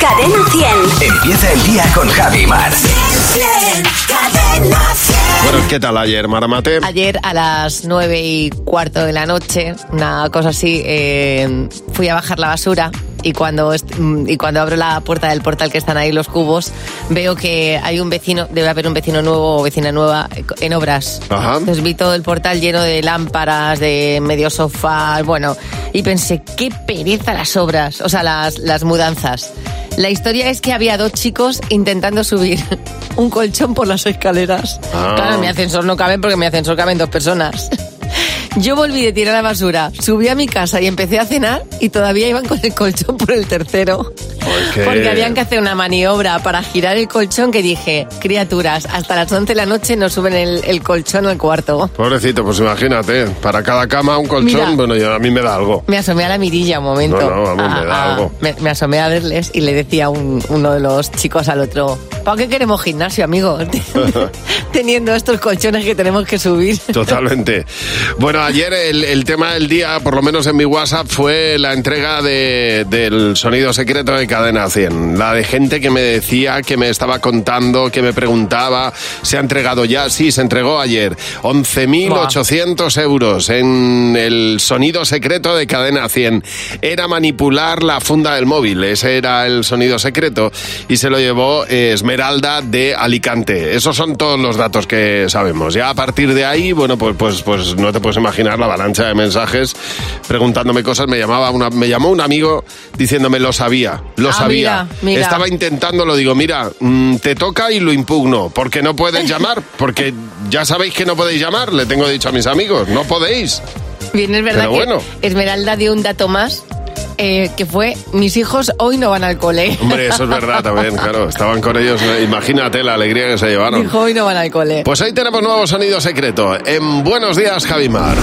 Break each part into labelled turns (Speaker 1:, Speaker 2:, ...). Speaker 1: Cadena 100.
Speaker 2: Empieza el día con Javi Mar.
Speaker 1: Cadena 100.
Speaker 3: Bueno, ¿qué tal ayer, Maramate?
Speaker 4: Ayer a las nueve y cuarto de la noche, una cosa así, eh, fui a bajar la basura y cuando, est- mm, y cuando abro la puerta del portal que están ahí los cubos, veo que hay un vecino, debe haber un vecino nuevo o vecina nueva eh, co- en obras.
Speaker 3: Ajá.
Speaker 4: Entonces vi todo el portal lleno de lámparas, de medio sofás, bueno, y pensé, qué pereza las obras, o sea, las, las mudanzas. La historia es que había dos chicos intentando subir un colchón por las escaleras.
Speaker 3: Ah.
Speaker 4: Claro, mi ascensor no cabe porque en mi ascensor caben dos personas. Yo volví de tirar la basura, subí a mi casa y empecé a cenar y todavía iban con el colchón por el tercero.
Speaker 3: qué-
Speaker 4: Porque habían que hacer una maniobra para girar el colchón que dije, criaturas, hasta las 11 de la noche no suben el, el colchón al cuarto.
Speaker 3: Pobrecito, pues imagínate, para cada cama un colchón,
Speaker 4: Mira.
Speaker 3: bueno, yo, a mí me da algo.
Speaker 4: Me asomé a la mirilla un momento. Ah,
Speaker 3: No, no, vamos, me da algo.
Speaker 4: Me, me asomé a verles y le decía un- uno de los chicos al otro, ¿para qué queremos gimnasio, amigo? Teniendo estos colchones que tenemos que subir.
Speaker 3: Totalmente. Bueno, ayer el, el tema del día, por lo menos en mi WhatsApp, fue la entrega de- del sonido secreto de Cadena 100. La de gente que me decía, que me estaba contando, que me preguntaba, ¿se ha entregado ya? Sí, se entregó ayer. 11.800 euros en el sonido secreto de Cadena 100. Era manipular la funda del móvil, ese era el sonido secreto, y se lo llevó eh, Esmeralda de Alicante. Esos son todos los datos que sabemos. Ya a partir de ahí, bueno, pues, pues, pues no te puedes imaginar la avalancha de mensajes preguntándome cosas. Me, llamaba una, me llamó un amigo diciéndome, lo sabía, lo
Speaker 4: Ah,
Speaker 3: sabía.
Speaker 4: mira, mira.
Speaker 3: Estaba intentándolo, digo, mira, mm, te toca y lo impugno, porque no puedes llamar, porque ya sabéis que no podéis llamar, le tengo dicho a mis amigos, no podéis.
Speaker 4: Bien, es verdad
Speaker 3: Pero
Speaker 4: que
Speaker 3: bueno.
Speaker 4: Esmeralda dio un dato más, eh, que fue, mis hijos hoy no van al cole.
Speaker 3: Hombre, eso es verdad también, claro, estaban con ellos, eh, imagínate la alegría que se llevaron.
Speaker 4: Dijo, hoy no van al cole.
Speaker 3: Pues ahí tenemos nuevo sonido secreto. En Buenos días, Javimar.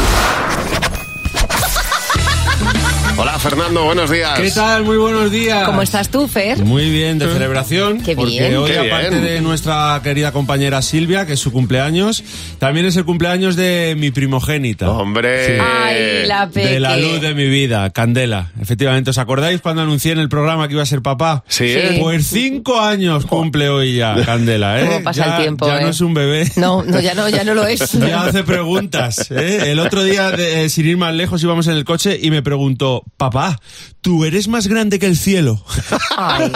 Speaker 3: Hola, Fernando, buenos días.
Speaker 5: ¿Qué tal? Muy buenos días.
Speaker 4: ¿Cómo estás tú, Fer?
Speaker 5: Ah. Muy bien, de celebración.
Speaker 4: Qué
Speaker 5: porque
Speaker 4: bien.
Speaker 5: hoy,
Speaker 3: Qué
Speaker 5: aparte
Speaker 3: bien.
Speaker 5: de nuestra querida compañera Silvia, que es su cumpleaños, también es el cumpleaños de mi primogénita.
Speaker 3: Hombre.
Speaker 5: Sí.
Speaker 4: Ay, la peque.
Speaker 5: De la luz de mi vida, Candela. Efectivamente, ¿os acordáis cuando anuncié en el programa que iba a ser papá?
Speaker 3: Sí,
Speaker 4: Sí.
Speaker 5: Pues cinco años cumple hoy ya, Candela, ¿eh?
Speaker 4: Cómo pasa
Speaker 5: Ya-
Speaker 4: el tiempo,
Speaker 5: Ya
Speaker 4: ¿eh?
Speaker 5: no es un bebé.
Speaker 4: No, no, ya no, ya no lo es.
Speaker 5: Ya hace preguntas. ¿eh? El otro día, de- eh, sin ir más lejos, íbamos en el coche y me preguntó, papá, ¿tú eres más grande que el cielo?
Speaker 4: Ay,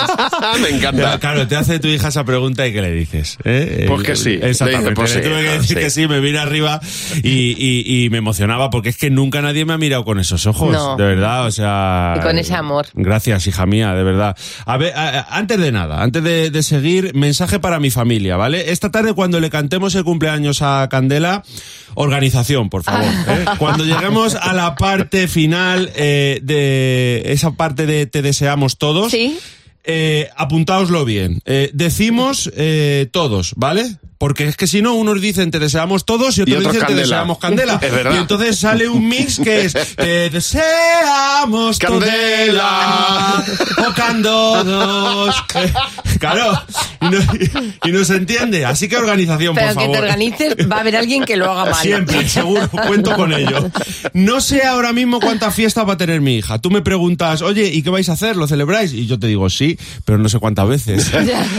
Speaker 3: Me
Speaker 5: Pero,
Speaker 3: encanta.
Speaker 5: claro, te hace tu hija esa pregunta y ¿qué le dices? ¿Eh?
Speaker 3: Pues
Speaker 5: El-
Speaker 3: que sí.
Speaker 5: Exactamente. Le,
Speaker 3: Le dice, pues sí,
Speaker 5: tuve que
Speaker 3: ah,
Speaker 5: decir
Speaker 3: sí.
Speaker 5: que sí, me vine arriba y, y- y me emocionaba porque es que nunca nadie me ha mirado con esos ojos.
Speaker 4: No.
Speaker 5: De verdad, o sea.
Speaker 4: Y con ese amor.
Speaker 5: Gracias, hija mía, de verdad. A ver, a- a- antes de nada, antes de, de seguir, mensaje para mi familia, ¿vale? Esta tarde, cuando le cantemos el cumpleaños a Candela, organización, por favor. ¿eh? Cuando lleguemos a la parte final eh, de esa parte de Te deseamos todos.
Speaker 4: Sí.
Speaker 5: Eh, apuntaoslo bien. Eh, decimos eh, todos, ¿vale? Porque es que si no, unos dicen te deseamos todos y otros,
Speaker 3: otros
Speaker 5: dicen
Speaker 3: Candela".
Speaker 5: te deseamos candela.
Speaker 3: Es verdad.
Speaker 5: Y entonces sale un mix que es te deseamos
Speaker 3: Candela.
Speaker 5: candela Ah, o candodos. Eh, claro, y no, y no se entiende. Así que organización,
Speaker 4: Pero
Speaker 5: por
Speaker 4: que
Speaker 5: favor.
Speaker 4: te organices, va a haber alguien que lo haga mal. ¿eh?
Speaker 5: Siempre, seguro, cuento con ello. No sé ahora mismo cuántas fiestas va a tener mi hija. Tú me preguntas, oye, ¿y qué vais a hacer? ¿Lo celebráis? Y yo te digo, sí, pero no sé cuántas veces.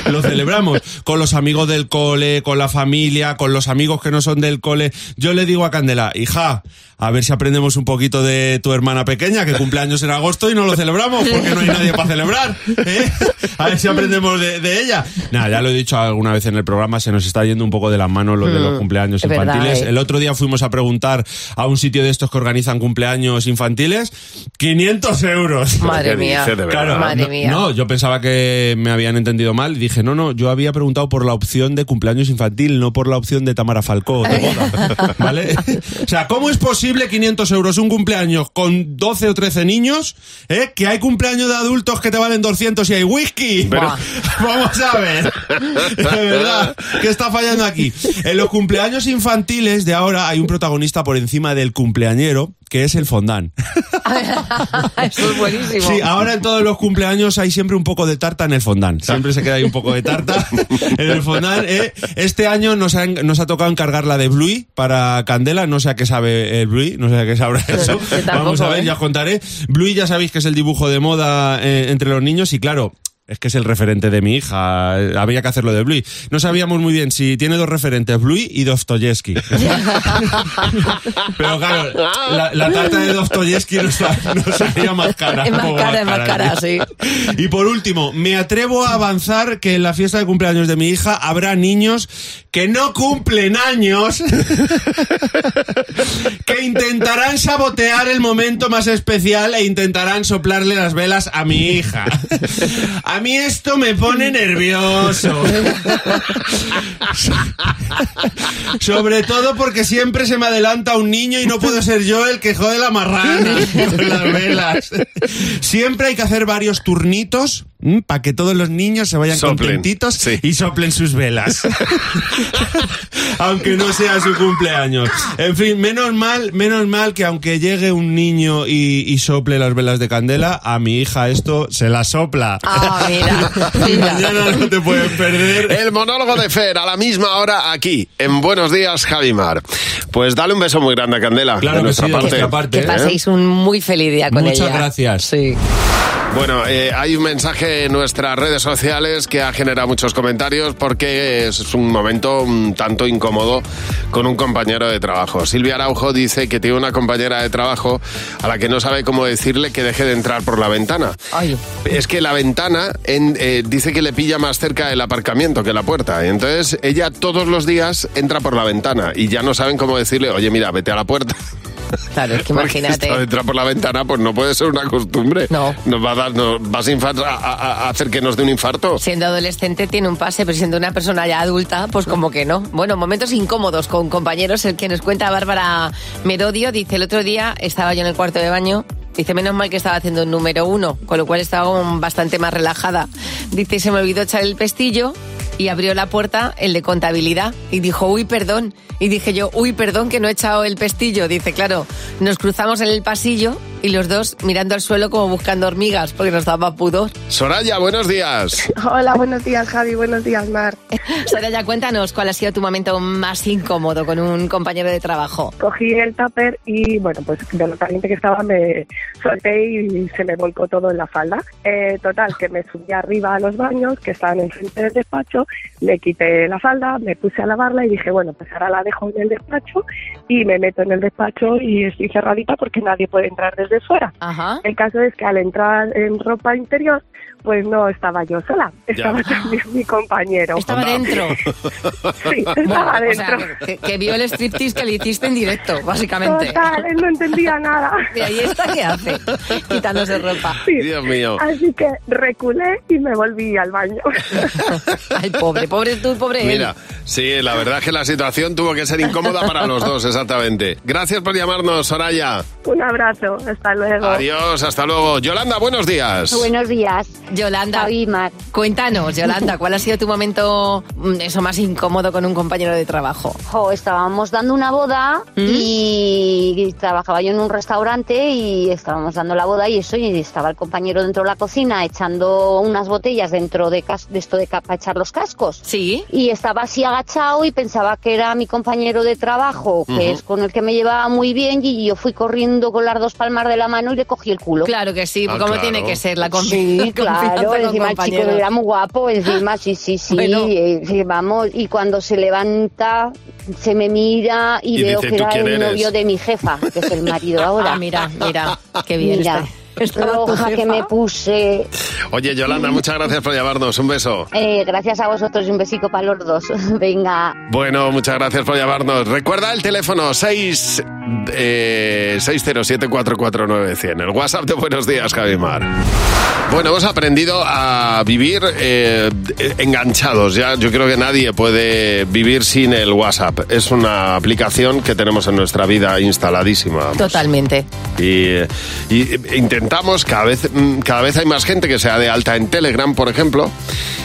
Speaker 5: Lo celebramos con los amigos del cole, con la familia, con los amigos que no son del cole. Yo le digo a Candela, hija, a ver si aprendemos un poquito de tu hermana pequeña, que cumple años en agosto y no lo celebramos, porque no hay nadie para celebrar. ¿eh? A ver si aprendemos de, de ella. Nada, ya lo he dicho alguna vez en el programa, se nos está yendo un poco de las manos lo de los cumpleaños
Speaker 4: Mm, es verdad,
Speaker 5: infantiles.
Speaker 4: ¿eh?
Speaker 5: El otro día fuimos a preguntar a un sitio de estos que organizan cumpleaños infantiles, 500 euros.
Speaker 4: Madre
Speaker 3: ¿Qué
Speaker 4: mía.
Speaker 3: dices, de verdad?
Speaker 5: Claro,
Speaker 4: Madre
Speaker 5: no,
Speaker 4: mía.
Speaker 5: no, yo pensaba que me habían entendido mal. Dije, no, no, yo había preguntado por la opción de cumpleaños infantil, no por la opción de Tamara Falcó. de boda. ¿Vale? O sea, ¿cómo es posible 500 euros un cumpleaños con 12 o 13 niños? ¿eh? Que hay cumpleaños de adultos que te valen 200 y hay whisky.
Speaker 4: Pero-
Speaker 5: Vamos a ver. De verdad, ¿qué está fallando aquí? En los cumpleaños infantiles de ahora hay un protagonista por encima del cumpleañero, que es el fondant.
Speaker 4: Eso es buenísimo.
Speaker 5: Sí, ahora en todos los cumpleaños hay siempre un poco de tarta en el fondant. Siempre se queda ahí un poco de tarta en el fondant. ¿eh? Este año nos, han- nos ha tocado encargar la de Bluey para Candela. No sé a qué sabe el Bluey, no sé a qué sabrá eso.
Speaker 4: Yo tampoco,
Speaker 5: Vamos a ver,
Speaker 4: ¿eh?
Speaker 5: ya os contaré. Bluey ya sabéis que es el dibujo de moda eh, entre los niños y claro... es que es el referente de mi hija, había que hacerlo de Bluey. No sabíamos muy bien si tiene dos referentes, Bluey y Dostoyevsky. Pero claro, la, la tarta de Dostoyevsky nos, sa- nos salía más cara. ¿eh?
Speaker 4: Es más
Speaker 5: como
Speaker 4: cara, es más cara, sí.
Speaker 5: Y por último, me atrevo a avanzar que en la fiesta de cumpleaños de mi hija habrá niños que no cumplen años que intentarán sabotear el momento más especial e intentarán soplarle las velas a mi hija. A mí esto me pone nervioso. Sobre todo porque siempre se me adelanta un niño y no puedo ser yo el que jode la marrana con las velas. Siempre hay que hacer varios turnitos para que todos los niños se vayan
Speaker 3: Soplen,
Speaker 5: contentitos
Speaker 3: sí.
Speaker 5: y soplen sus velas. aunque no sea su cumpleaños. En fin, menos mal, menos mal que aunque llegue un niño y, y sople las velas de candela, a mi hija esto se la sopla.
Speaker 4: Ah, mira, mira.
Speaker 5: Mañana no te puedes Eh, perder.
Speaker 3: El monólogo de Fer a la misma hora aquí, en Buenos Días, Javimar. Pues dale un beso muy grande a Candela.
Speaker 5: Claro
Speaker 3: de
Speaker 5: que
Speaker 3: nuestra
Speaker 5: sí, de
Speaker 3: parte.
Speaker 5: nuestra parte.
Speaker 4: Que
Speaker 5: ¿eh?
Speaker 4: paséis un muy feliz día con
Speaker 5: Muchas
Speaker 4: ella.
Speaker 5: gracias.
Speaker 4: Sí.
Speaker 3: Bueno, eh, hay un mensaje en nuestras redes sociales que ha generado muchos comentarios porque es un momento un tanto incómodo con un compañero de trabajo. Silvia Araujo dice que tiene una compañera de trabajo a la que no sabe cómo decirle que deje de entrar por la ventana.
Speaker 4: Ay.
Speaker 3: Es que la ventana en- eh, dice que le pilla más cerca del aparcamiento que la puerta. Entonces ella todos los días entra por la ventana y ya no saben cómo decirle, oye, mira, vete a la puerta.
Speaker 4: Claro, es que
Speaker 3: Porque
Speaker 4: imagínate.
Speaker 3: esto de entrar por la ventana, pues no puede ser una costumbre.
Speaker 4: No.
Speaker 3: Nos va a dar, nos- vas a, infar- a- a- a hacer que nos dé un infarto.
Speaker 4: Siendo adolescente tiene un pase, pero siendo una persona ya adulta, pues como que no. Bueno, momentos incómodos con compañeros. El que nos cuenta Bárbara Merodio dice, el otro día estaba yo en el cuarto de baño. Dice, menos mal que estaba haciendo un número uno, con lo cual estaba como bastante más relajada. Dice, se me olvidó echar el pestillo y abrió la puerta el de contabilidad y dijo, uy, perdón. Y dije yo, uy, perdón que no he echado el pestillo. Dice, claro, nos cruzamos en el pasillo y los dos mirando al suelo como buscando hormigas porque nos daba pudor.
Speaker 3: Soraya, buenos días.
Speaker 1: Hola, buenos días Javi, buenos días Mar.
Speaker 4: Sara, ya cuéntanos cuál ha sido tu momento más incómodo con un compañero de trabajo.
Speaker 1: Cogí el tupper y bueno, pues de lo caliente que estaba me solté y se me volcó todo en la falda. Eh, total, que me subí arriba a los baños que estaban enfrente del despacho, le quité la falda, me puse a lavarla y dije, bueno, pues ahora la dejo en el despacho y me meto en el despacho y estoy cerradita porque nadie puede entrar desde fuera.
Speaker 4: Ajá.
Speaker 1: El caso es que al entrar en ropa interior, pues no estaba yo sola, estaba también mi compañero.
Speaker 4: Estaba dentro.
Speaker 1: Sí, estaba
Speaker 4: O
Speaker 1: dentro.
Speaker 4: sea, que, que vio el striptease que le hiciste en directo, básicamente.
Speaker 1: Total, él no entendía nada.
Speaker 4: Y ahí está, ¿qué hace? Quitándose ropa.
Speaker 1: Sí.
Speaker 3: Dios mío.
Speaker 1: Así que reculé y me volví al baño.
Speaker 4: Ay, pobre, pobre tú, pobre
Speaker 3: Mira, sí, la verdad es que la situación tuvo que ser incómoda para los dos, exactamente. Gracias por llamarnos, Soraya.
Speaker 1: Un abrazo, hasta luego.
Speaker 3: Adiós, hasta luego. Yolanda, buenos días.
Speaker 6: Buenos días,
Speaker 4: él. Yolanda,
Speaker 6: Javi y Mar.
Speaker 4: cuéntanos, Yolanda, ¿cuál ha sido tu momento mm, eso más incómodo con un compañero de trabajo?
Speaker 6: Jo, estábamos dando una boda
Speaker 4: ¿Mm?
Speaker 6: y trabajaba yo en un restaurante y estábamos dando la boda y eso y estaba el compañero dentro de la cocina echando unas botellas dentro de, cas- de esto de ca- para echar los cascos.
Speaker 4: Sí.
Speaker 6: Y estaba así agachado y pensaba que era mi compañero de trabajo, que es con el que me llevaba muy bien y yo fui corriendo con las dos palmas de la mano y le cogí el culo.
Speaker 4: Claro que sí,
Speaker 3: Ah,
Speaker 4: como
Speaker 3: claro.
Speaker 4: tiene que ser la confi-
Speaker 6: Sí,
Speaker 4: confianza
Speaker 6: claro,
Speaker 4: con
Speaker 6: encima el chico
Speaker 4: compañeros.
Speaker 6: era muy guapo, encima sí, sí, sí,
Speaker 4: Bueno.
Speaker 6: eh, sí, vamos, y cuando se levanta, se me mira y,
Speaker 3: Y
Speaker 6: veo
Speaker 3: dice,
Speaker 6: que
Speaker 3: "¿Tú
Speaker 6: era
Speaker 3: quién
Speaker 6: el
Speaker 3: eres?"
Speaker 6: novio de mi jefa, que es el marido ahora.
Speaker 4: Ah, mira, mira, qué bien
Speaker 6: Mira,
Speaker 4: está. Estaba tu
Speaker 6: roja que
Speaker 4: jefa.
Speaker 6: me puse.
Speaker 3: Oye, Yolanda, muchas gracias por llamarnos. Un beso.
Speaker 6: Eh, gracias a vosotros y un besico para los dos. Venga,
Speaker 3: Bueno, muchas gracias por llamarnos. Recuerda el teléfono 6, eh, 607-449-100. El WhatsApp de Buenos Días, Javimar. Bueno, hemos aprendido a vivir eh, enganchados. Ya yo creo que nadie puede vivir sin el WhatsApp. Es una aplicación que tenemos en nuestra vida instaladísima.
Speaker 4: Totalmente.
Speaker 3: Y, eh, y, eh, intentamos, cada vez, mm, cada vez hay más gente que sea de alta en Telegram, por ejemplo,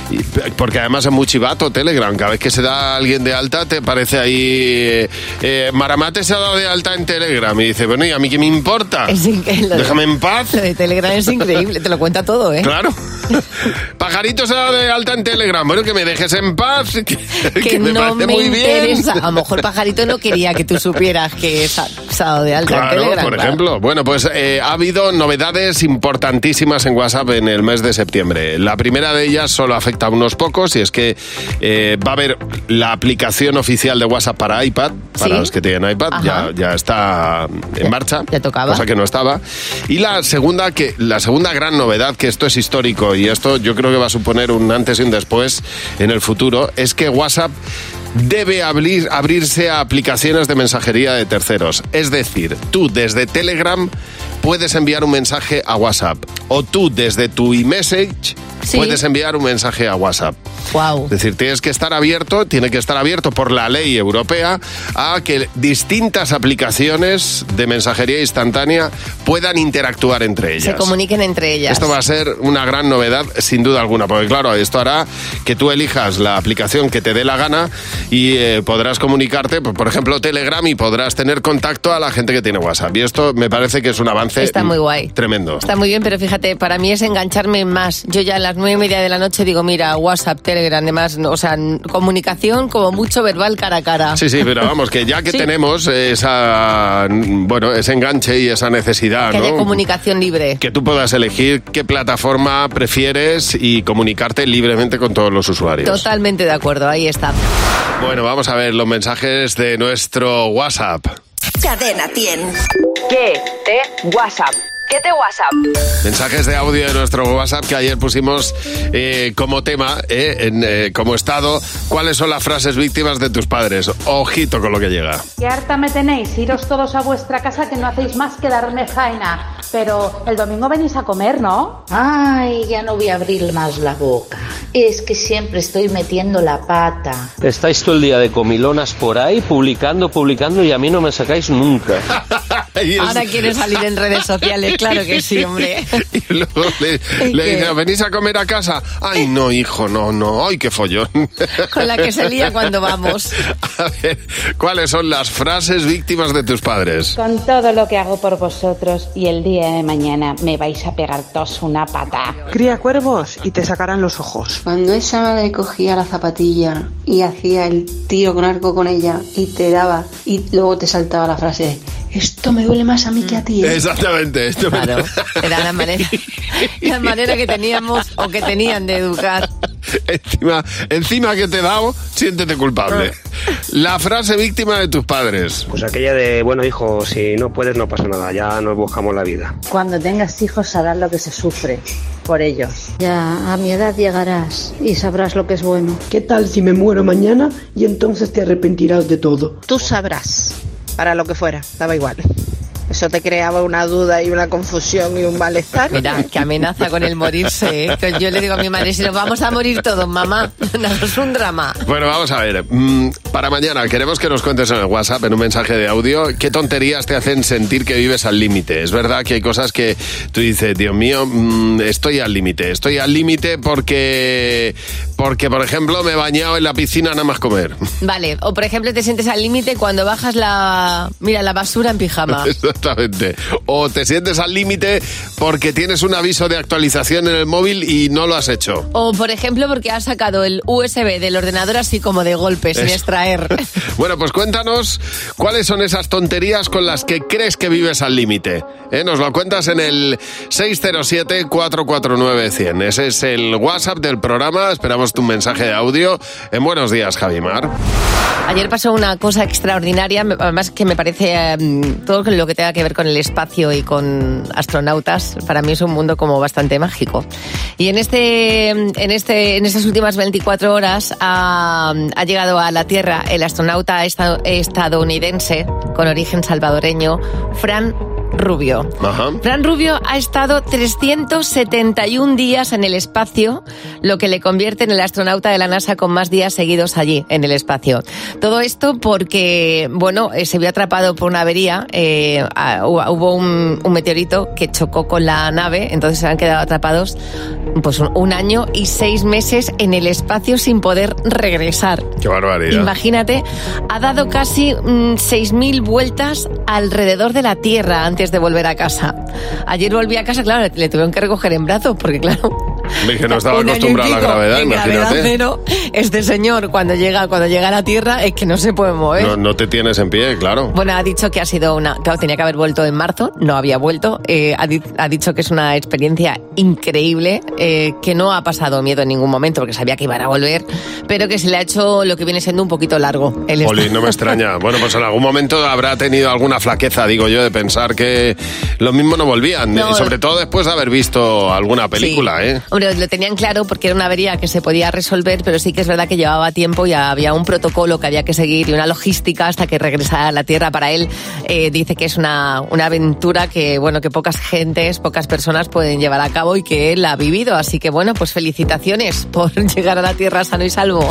Speaker 3: y, p- porque además es muy chivato Telegram. Cada vez que se da alguien de alta, te parece ahí. eh, eh, Maramate se ha dado de alta en Telegram. Y dice, bueno, ¿y a mí qué me importa?
Speaker 4: Es increíble.
Speaker 3: Ah. Déjame en paz.
Speaker 4: Lo de Telegram es increíble, te lo cuenta todo, ¿eh?
Speaker 3: Claro. Pajarito se ha dado de alta en Telegram. Bueno, que me dejes en paz. Que, que me
Speaker 4: no
Speaker 3: parece
Speaker 4: me
Speaker 3: muy bien.
Speaker 4: interesa. A lo mejor Pajarito no quería que tú supieras que esa- dado de alta en
Speaker 3: Claro,
Speaker 4: Telegram.
Speaker 3: por
Speaker 4: claro.
Speaker 3: ejemplo. Bueno, pues eh, ha habido novedades importantísimas en WhatsApp en el mes de septiembre. La primera de ellas solo afecta a unos pocos y es que eh, va a haber la aplicación oficial de WhatsApp para iPad, para
Speaker 4: Sí.
Speaker 3: los que tienen iPad, ya,
Speaker 4: Ajá.
Speaker 3: ya está en marcha.
Speaker 4: ya tocaba.
Speaker 3: Cosa que no estaba. Y la segunda, que, la segunda gran novedad, que esto es histórico y esto yo creo que va a suponer un antes y un después en el futuro, es que WhatsApp debe abrir- abrirse a aplicaciones de mensajería de terceros. Es decir, tú desde Telegram puedes enviar un mensaje a WhatsApp o tú desde tu iMessage
Speaker 4: Sí.
Speaker 3: puedes enviar un mensaje a WhatsApp.
Speaker 4: Guau.
Speaker 3: Es decir, tienes que estar abierto, tiene que estar abierto por la ley europea a que distintas aplicaciones de mensajería instantánea puedan interactuar entre ellas.
Speaker 4: Se comuniquen entre ellas.
Speaker 3: Esto eh, va a ser una gran novedad, sin duda alguna, porque claro, esto hará que tú elijas la aplicación que te dé la gana y eh, podrás comunicarte, pues, por ejemplo, Telegram y podrás tener contacto a la gente que tiene WhatsApp. Y esto me parece que es un avance mm,
Speaker 4: Está muy guay.
Speaker 3: tremendo.
Speaker 4: Está muy bien, pero fíjate, para mí es engancharme más. Yo ya a las nueve y media de la noche digo, mira, WhatsApp, Telegram, demás, no, o sea, n- comunicación como mucho verbal cara a cara.
Speaker 3: Sí, sí, pero vamos, que ya que
Speaker 4: Ah. Sí.
Speaker 3: tenemos esa, bueno, ese enganche y esa necesidad,
Speaker 4: Que haya
Speaker 3: ¿no?
Speaker 4: comunicación libre.
Speaker 3: que tú puedas elegir qué plataforma prefieres y comunicarte libremente con todos los usuarios.
Speaker 4: Totalmente de acuerdo, ahí está.
Speaker 3: Bueno, vamos a ver los mensajes de nuestro WhatsApp.
Speaker 7: Cadena 100.
Speaker 8: ¿Qué te WhatsApp? ¿Qué te WhatsApp?
Speaker 3: Mensajes de audio de nuestro WhatsApp que ayer pusimos eh, como tema, eh, en, eh, como estado, cuáles son las frases víctimas de tus padres. Ojito con lo que llega.
Speaker 9: Qué harta me tenéis, iros todos a vuestra casa que no hacéis más que darme faena. Pero el domingo venís a comer, ¿no?
Speaker 10: Ay, ya no voy a abrir más la boca. Es que siempre estoy metiendo la pata.
Speaker 11: Estáis todo el día de comilonas por ahí, publicando, publicando y a mí no me sacáis nunca.
Speaker 3: Y es-
Speaker 4: Ahora quiere salir en redes sociales, claro que sí, hombre.
Speaker 3: Y luego le,
Speaker 4: ¿Y
Speaker 3: le
Speaker 4: qué?
Speaker 3: dicen, ¿venís a comer a casa? Ay, no, hijo, no, no, ay, qué follón.
Speaker 4: Con la que se lía cuando vamos.
Speaker 3: A ver, ¿cuáles son las frases víctimas de tus padres?
Speaker 9: Con todo lo que hago por vosotros y el día de mañana me vais a pegar todos una pata.
Speaker 12: Cría cuervos y te sacarán los ojos.
Speaker 10: Cuando esa madre cogía la zapatilla y hacía el tiro con arco con ella y te daba y luego te saltaba la frase, esto me duele más a mí que a ti. ¿eh?".
Speaker 3: Exactamente. esto me-
Speaker 4: Claro, era la manera, la manera que teníamos o que tenían de educar.
Speaker 3: encima, encima que te he dado, siéntete culpable. La frase víctima de tus padres.
Speaker 11: Ah. Pues aquella de, bueno hijo, si no puedes no pasa nada, ya nos buscamos la vida.
Speaker 8: Cuando tengas hijos sabrás lo que se sufre por ellos.
Speaker 6: Ya a mi edad llegarás y sabrás lo que es bueno.
Speaker 12: ¿Qué tal si me muero mañana y entonces te arrepentirás de todo?
Speaker 13: Tú sabrás, para lo que fuera, daba igual. Eso te creaba una duda y una confusión y un malestar.
Speaker 4: Mira, que amenaza con el morirse. ¿eh? Que Yo le digo a mi madre, si nos vamos a morir todos, mamá, no es un drama.
Speaker 3: Bueno, vamos a ver. mm, Para mañana queremos que nos cuentes en el WhatsApp, en un mensaje de audio, qué tonterías te hacen sentir que vives al límite. Es verdad que hay cosas que tú dices, Dios mío, mm, estoy al límite. Estoy al límite porque, porque, por ejemplo, me he bañado en la piscina nada más comer.
Speaker 4: Vale, o por ejemplo te sientes al límite cuando bajas la, mira, la basura en pijama.
Speaker 3: Exactamente. O te sientes al límite porque tienes un aviso de actualización en el móvil y no lo has hecho.
Speaker 4: O por ejemplo porque has sacado el USB del ordenador así como de golpe, sin
Speaker 3: Eso.
Speaker 4: extraer.
Speaker 3: Bueno, pues cuéntanos cuáles son esas tonterías con las que crees que vives al límite. ¿Eh? Nos lo cuentas en el 607-449-100. Ese es el WhatsApp del programa. Esperamos tu mensaje de audio. En buenos días, Javimar.
Speaker 4: Ayer pasó una cosa extraordinaria, me- además que me parece eh, mm, todo lo que tenga que ver con el espacio y con astronautas, para mí es un mundo como bastante mágico. Y en este en este en estas últimas 24 horas ha, em, ha llegado a la Tierra el astronauta esta- estadounidense con origen salvadoreño, Fran Rubio.
Speaker 3: Ajá.
Speaker 4: Fran Rubio ha estado 371 días en el espacio, lo que le convierte en el astronauta de la NASA con más días seguidos allí, en el espacio. Todo esto porque, bueno, eh, se vio atrapado por una avería, eh, ah, hu- hubo un, un meteorito que chocó con la nave, entonces se han quedado atrapados pues un- un año y seis meses en el espacio sin poder regresar.
Speaker 3: Qué barbaridad.
Speaker 4: Imagínate, ha dado casi mm, 6.000 vueltas alrededor de la Tierra antes de volver a casa. Ayer volví a casa, claro, le tuvieron que recoger en brazos porque, claro,
Speaker 3: Dije, no estaba
Speaker 4: Un año y
Speaker 3: acostumbrado a la
Speaker 4: pico
Speaker 3: gravedad,
Speaker 4: en gravedad
Speaker 3: imagínate.
Speaker 4: cero, este señor cuando llega, cuando llega a la Tierra es que no se puede mover.
Speaker 3: No, no te tienes en pie, claro.
Speaker 4: Bueno, ha dicho que ha sido una. Claro, tenía que haber vuelto en marzo, no había vuelto. Eh, ha, di- ha dicho que es una experiencia increíble, eh, que no ha pasado miedo en ningún momento porque sabía que iban a volver, pero que se le ha hecho lo que viene siendo un poquito largo. el est-
Speaker 3: Jolín, no me extraña. Bueno, pues en algún momento habrá tenido alguna flaqueza, digo yo, de pensar que lo mismo no volvían.
Speaker 4: No.
Speaker 3: Y sobre todo después de haber visto alguna película, ¿eh?
Speaker 4: Hombre, lo tenían claro porque era una avería que se podía resolver, pero sí que es verdad que llevaba tiempo y había un protocolo que había que seguir y una logística hasta que regresara a la Tierra. Para él eh, dice que es una, una aventura que, bueno, que pocas gentes, pocas personas pueden llevar a cabo y que él ha vivido. Así que, bueno, pues felicitaciones por llegar a la Tierra sano y salvo.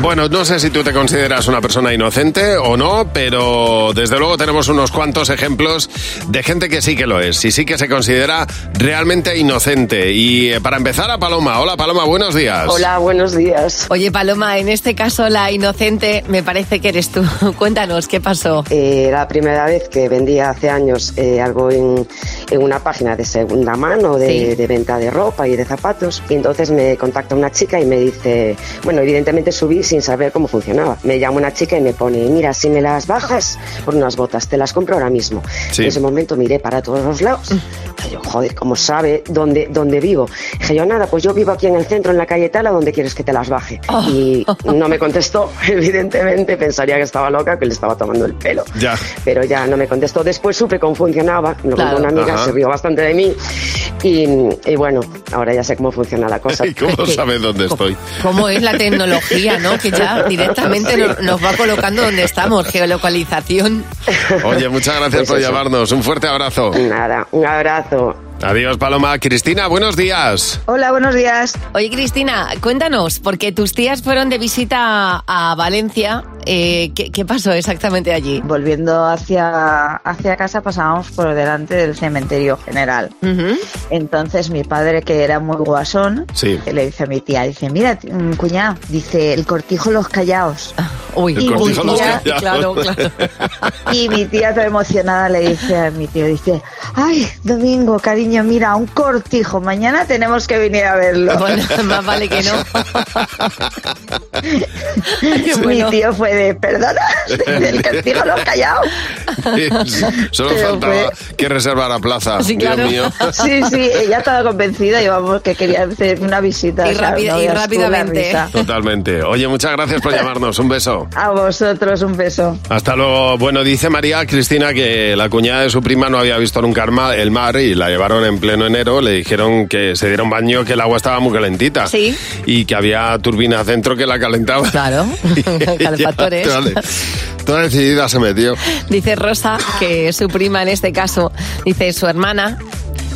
Speaker 3: Bueno, no sé si tú te consideras una persona inocente o no, pero desde luego tenemos unos cuantos ejemplos de gente que sí que lo es y sí que se considera realmente inocente. Y eh, para empezar, a Paloma. Hola, Paloma, buenos días.
Speaker 4: buenos días. Oye, Paloma, en este caso la inocente me parece que eres tú. Cuéntanos, ¿qué pasó?
Speaker 14: Eh, la primera vez que vendía hace años eh, algo en, en una página de segunda mano, de,
Speaker 4: Sí.
Speaker 14: de venta de ropa y de zapatos, y entonces me contacta una chica y me dice, bueno, evidentemente subí sin saber cómo funcionaba. Me llama una chica y me pone, mira, si me las bajas por unas botas, te las compro ahora mismo.
Speaker 15: Sí.
Speaker 14: En ese momento miré para todos los lados.
Speaker 3: Mm.
Speaker 14: Dije yo, joder, ¿cómo sabe dónde, dónde vivo? Dije yo, nada, pues yo vivo aquí en el centro, en la calle tal, a donde quieres que te las baje.
Speaker 3: Oh.
Speaker 14: Y no me contestó, evidentemente, pensaría que estaba loca, que le estaba tomando el pelo
Speaker 3: Ya.
Speaker 14: pero ya no me contestó. Después supe cómo funcionaba, me lo
Speaker 3: Claro.
Speaker 14: contó una amiga,
Speaker 3: Ajá.
Speaker 14: se rió bastante de mí y, y bueno, ahora ya sé cómo funciona la cosa.
Speaker 3: ¿Y cómo sabes dónde estoy?
Speaker 4: ¿Cómo es la tecnología, no? Que ya directamente no- nos va colocando donde estamos, geolocalización.
Speaker 3: Oye, muchas gracias
Speaker 14: Pues
Speaker 3: por
Speaker 14: eso.
Speaker 3: llamarnos. Un fuerte abrazo.
Speaker 14: Nada, un abrazo.
Speaker 3: Adiós, Paloma. Cristina, buenos días.
Speaker 4: Hola, buenos días. Oye, Cristina, cuéntanos, porque tus tías fueron de visita a Valencia. eh, ¿qué, qué pasó exactamente allí?
Speaker 15: Volviendo hacia, hacia casa pasábamos por delante del cementerio general. Entonces mi padre, que era muy guasón,
Speaker 3: Sí.
Speaker 15: le dice a mi tía, dice, mira, t- mm, cuñá, dice, el cortijo los callaos.
Speaker 4: Ah, Uy,
Speaker 15: y, mi tía,
Speaker 4: claro, claro.
Speaker 15: y mi tía, toda emocionada, le dice a mi tío, dice, ay, Domingo, cariño, mira, un cortijo, mañana tenemos que venir a verlo.
Speaker 4: Bueno, más vale que no.
Speaker 15: Mi tío fue de, perdona, el cortijo los callaos.
Speaker 3: Solo
Speaker 15: Pero
Speaker 3: faltaba que reservara plaza. Dios mío.
Speaker 15: Sí, sí, ella estaba convencida y vamos, que quería hacer una visita.
Speaker 4: Y
Speaker 15: o sea,
Speaker 4: rápida-
Speaker 15: no
Speaker 4: y
Speaker 15: veas tú la
Speaker 4: rápidamente.
Speaker 15: risa.
Speaker 3: Totalmente. Oye, muchas gracias por llamarnos. Un beso.
Speaker 15: A vosotros un beso.
Speaker 3: Hasta luego. Bueno, dice María Cristina que la cuñada de su prima no había visto nunca el ma- el mar y la llevaron en pleno enero. Le dijeron que se dieron baño, que el agua estaba muy calentita.
Speaker 4: Sí.
Speaker 3: Y que había turbina dentro que la calentaba.
Speaker 4: Claro, calefactores.
Speaker 3: Toda decidida se metió.
Speaker 4: Dice Rosa que su prima en este caso, dice su hermana,